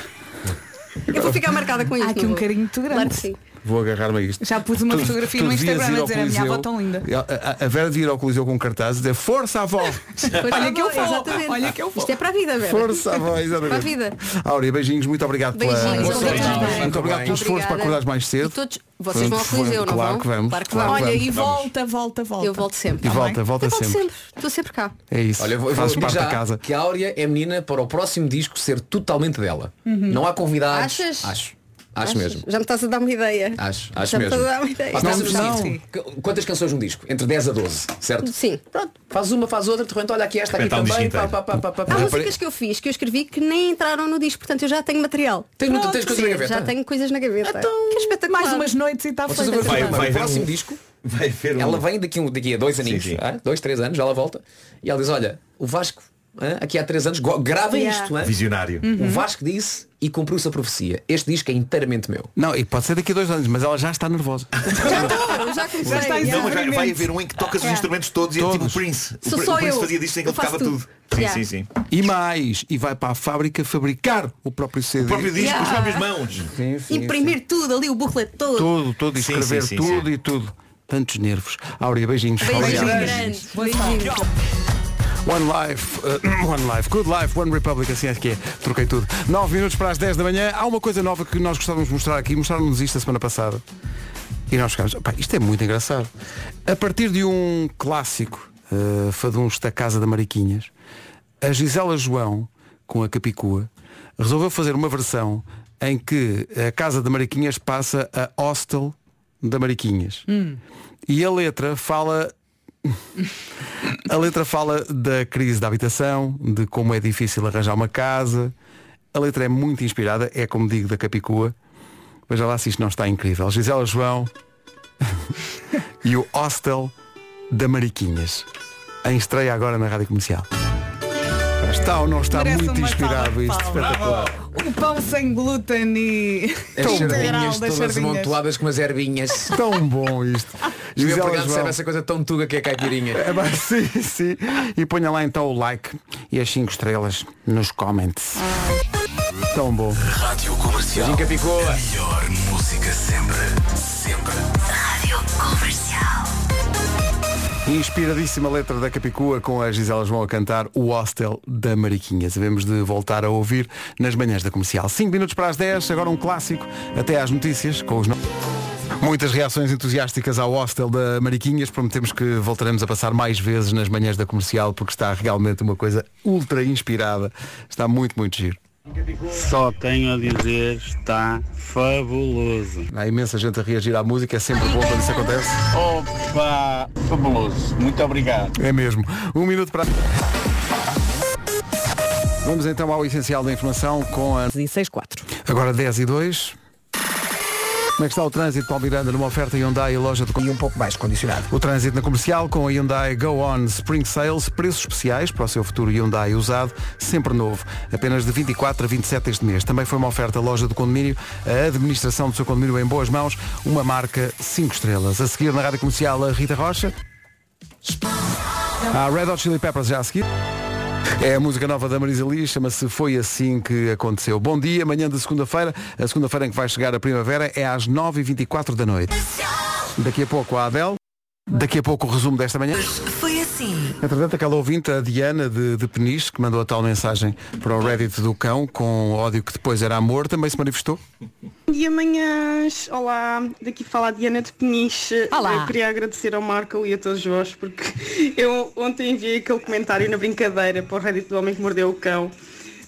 Eu vou ficar marcada com isso. Há aqui não um vou? carinho muito grande. Claro que sim. Vou agarrar-me a isto. Já pus uma fotografia no devias Instagram ir a ao dizer, "A minha Coliseu." avó tão linda. A, a- a Vera de ir ao Coliseu com cartaz e dizer Força avó! Olha que eu vou, Exatamente. olha que eu vou. Isto é para a vida, velho. Força avó, exatamente. Para a vida. Áurea, beijinhos, muito obrigado pela. Beijinhos, Muito obrigada. obrigado, muito obrigado pelo esforço Obrigada. para acordares mais cedo. E todos- Foi um vocês vão ao esforço, Coliseu, não claro vão? Que vamos, Claro que claro vão. Olha, e vamos. volta, volta, volta. Eu volto sempre. E volta, Tá bem? volta eu volto sempre. sempre. Estou sempre cá. É isso. Olha, eu vou, eu vou Fazes dizer parte já da casa. que a Áurea é menina para o próximo disco ser totalmente dela. Não há convidados. Achas? Acho. Acho Achas? mesmo. Já me estás a dar uma ideia. Acho, Já acho me mesmo. estás a dar uma ideia. Mas é pensa no Não, seguinte, qu- Quantas canções num disco? Entre 10 a 12, certo? Sim. Pronto, faz uma, faz outra, de repente olha aqui esta aqui Repete, há um também. disco Pá, pá, inteiro. pá, pá, pá, Há pá. músicas que eu fiz, que eu escrevi, que nem entraram no disco, portanto eu já tenho material. Tens muita- Pronto. tens coisas na Sim, gaveta? Já tenho coisas na Tá gaveta. Então, Que espetacular. Mais umas noites tá e está Vocês feito. assim. agora- Vai- repara, vai o ver próximo um- disco, Vai ver um- ela vem daqui, a um- daqui a dois aninhos, sim. ah, dois, três anos, ela volta e ela diz, olha, o Vasco, ah, aqui há três anos, go- gravem Yeah. isto. ah. Visionário. Hum. Uhum. O Vasco disse e cumpriu-se a profecia. Este disco é inteiramente meu. Não, e pode ser daqui a dois anos, mas ela já está nervosa. Claro, já comecei. Já está em Não, mas vai, vai sofrimento. haver um em que tocas os É. instrumentos todos e é tipo o Prince. O, Sou Pr- só o Prince eu. fazia disto em que Eu ele tocava faço tudo. tudo. Sim, Yeah. sim, sim. E mais, e vai para a fábrica fabricar o próprio CD. O próprio disco, Yeah. as próprias mãos. Sim, sim, Imprimir tudo ali, o booklet todo. Tudo, tudo, e Sim, escrever sim, sim, tudo e tudo. Tantos nervos. Áurea, beijinhos. Beijinhos Obrigado. grandes. Beijinhos. One Life, eh, One Life, Good Life, One Republic, assim é que é. Troquei tudo. 9 minutos para as 10 da manhã. Há uma coisa nova que nós gostávamos de mostrar aqui. Mostraram-nos isto a semana passada. E nós ficámos. "Pá, isto é muito engraçado. A partir de um clássico eh, fadunço da Casa da Mariquinhas, a Gisela João com a Capicua, resolveu fazer uma versão em que a Casa da Mariquinhas passa a Hostel da Mariquinhas. Hum. E a letra fala. a letra fala da crise da habitação, de como é difícil arranjar uma casa. A letra é muito inspirada, é como digo, da Capicua. Veja lá se isto não está incrível. Gisela João e o Hostel da Mariquinhas. Em estreia agora na Rádio Comercial. Está ou não está Merece muito uma inspirado salva de isto? palmas. Espetacular. O Um pão sem glúten e As o sardinhas grau das todas sardinhas. amontoadas com as ervinhas. Tão bom isto. E o meu Gisela pregado João. sabe essa coisa tão tuga que é caipirinha. É, mas, sim, sim. E ponha lá então o like e as 5 estrelas nos comments. Tão bom. Rádio Comercial. Beijinho, Capicua. A melhor música sempre. Sempre. Rádio Comercial. Inspiradíssima letra da Capicua com a Gisela João a cantar o Hostel da Mariquinha. Sabemos de voltar a ouvir nas manhãs da comercial. 5 minutos para as 10, agora um clássico. Até às notícias com os no... Muitas reações entusiásticas ao hostel da Mariquinhas. Prometemos que voltaremos a passar mais vezes nas manhãs da comercial porque está realmente uma coisa ultra inspirada. Está muito, muito giro. Só tenho a dizer, está fabuloso. Há imensa gente a reagir à música, é sempre bom quando isso acontece. Opa, fabuloso. Muito obrigado. É mesmo. Um minuto para. Vamos então ao essencial da informação com a. 164. Agora 10 e 2. Como é que está o trânsito, Paulo Miranda, numa oferta Hyundai e loja de... E um pouco mais condicionado. O trânsito na comercial com a Hyundai Go On Spring Sales, preços especiais para o seu futuro Hyundai usado, sempre novo. Apenas de 24 a 27 este mês. Também foi uma oferta loja do condomínio, a administração do seu condomínio é em boas mãos, uma marca 5 estrelas. A seguir na rádio comercial a Rita Rocha. A Red Hot Chili Peppers já a seguir. É a música nova da Marisa Lee, chama-se Foi Assim Que Aconteceu. Bom dia, amanhã de segunda-feira, a segunda-feira em que vai chegar a primavera é às 9h24 da noite. Daqui a pouco a Adele, daqui a pouco o resumo desta manhã. Foi assim. Entretanto, aquela ouvinte, a Diana de, de Peniche, que mandou a tal mensagem para o Reddit do cão, com ódio que depois era amor, também se manifestou. Bom dia, manhãs. Olá, daqui fala a Diana de Peniche. Olá. Eu queria agradecer ao Marco e a todos vós porque eu ontem enviei aquele comentário na brincadeira para o Reddit do Homem que Mordeu o Cão.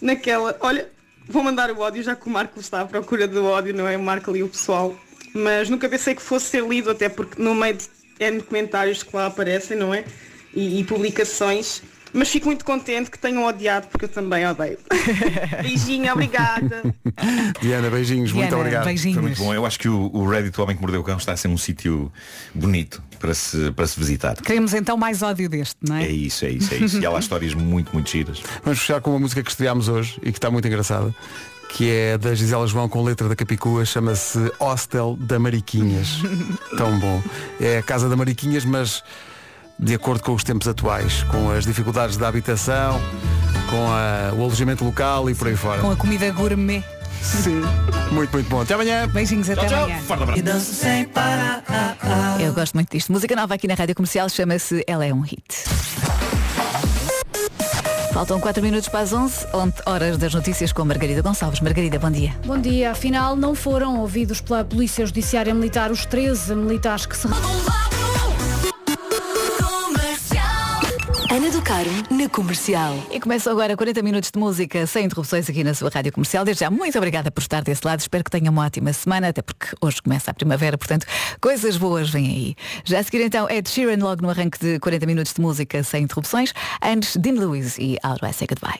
Naquela, olha, vou mandar o ódio já que o Marco está à procura do ódio, não é? O Marco e o pessoal. Mas nunca pensei que fosse ser lido, até porque no meio de N comentários que lá aparecem, não é? E, e publicações. Mas fico muito contente que tenham odiado, porque eu também odeio. é? Beijinho, obrigada. Diana, beijinhos, Diana, muito obrigado. beijinhos. Foi muito bom. Eu acho que o, o Reddit, o Homem que Mordeu o Cão, está a ser um sítio bonito para se, para se visitar. Queremos então mais ódio deste, não é? É isso, é isso, é isso. E há lá histórias muito, muito giras. Vamos fechar com uma música que estreámos hoje e que está muito engraçada, que é da Gisela João com letra da Capicua, chama-se Hostel da Mariquinhas. Tão bom. É a casa da Mariquinhas, mas de acordo com os tempos atuais, com as dificuldades da habitação, com a- o alojamento local e por aí fora. Com a comida gourmet. Sim. Muito, muito bom. Até amanhã. Beijinhos, até amanhã. abraço. E danço sem parar. Eu gosto muito disto. Música nova aqui na Rádio Comercial chama-se Ela é um Hit. Faltam 4 minutos para as 11, ont- horas das notícias com Margarida Gonçalves. Margarida, bom dia. Bom dia. Afinal, não foram ouvidos pela Polícia Judiciária Militar os 13 militares que se... Ana do Caro, na Comercial. E começam agora 40 minutos de música sem interrupções aqui na sua Rádio Comercial. Desde já, muito obrigada por estar desse lado. Espero que tenha uma ótima semana, até porque hoje começa a primavera, portanto, coisas boas vêm aí. Já a seguir então, Ed Sheeran logo no arranque de 40 minutos de música sem interrupções. Antes, Dean Lewis e How Do I Say Goodbye.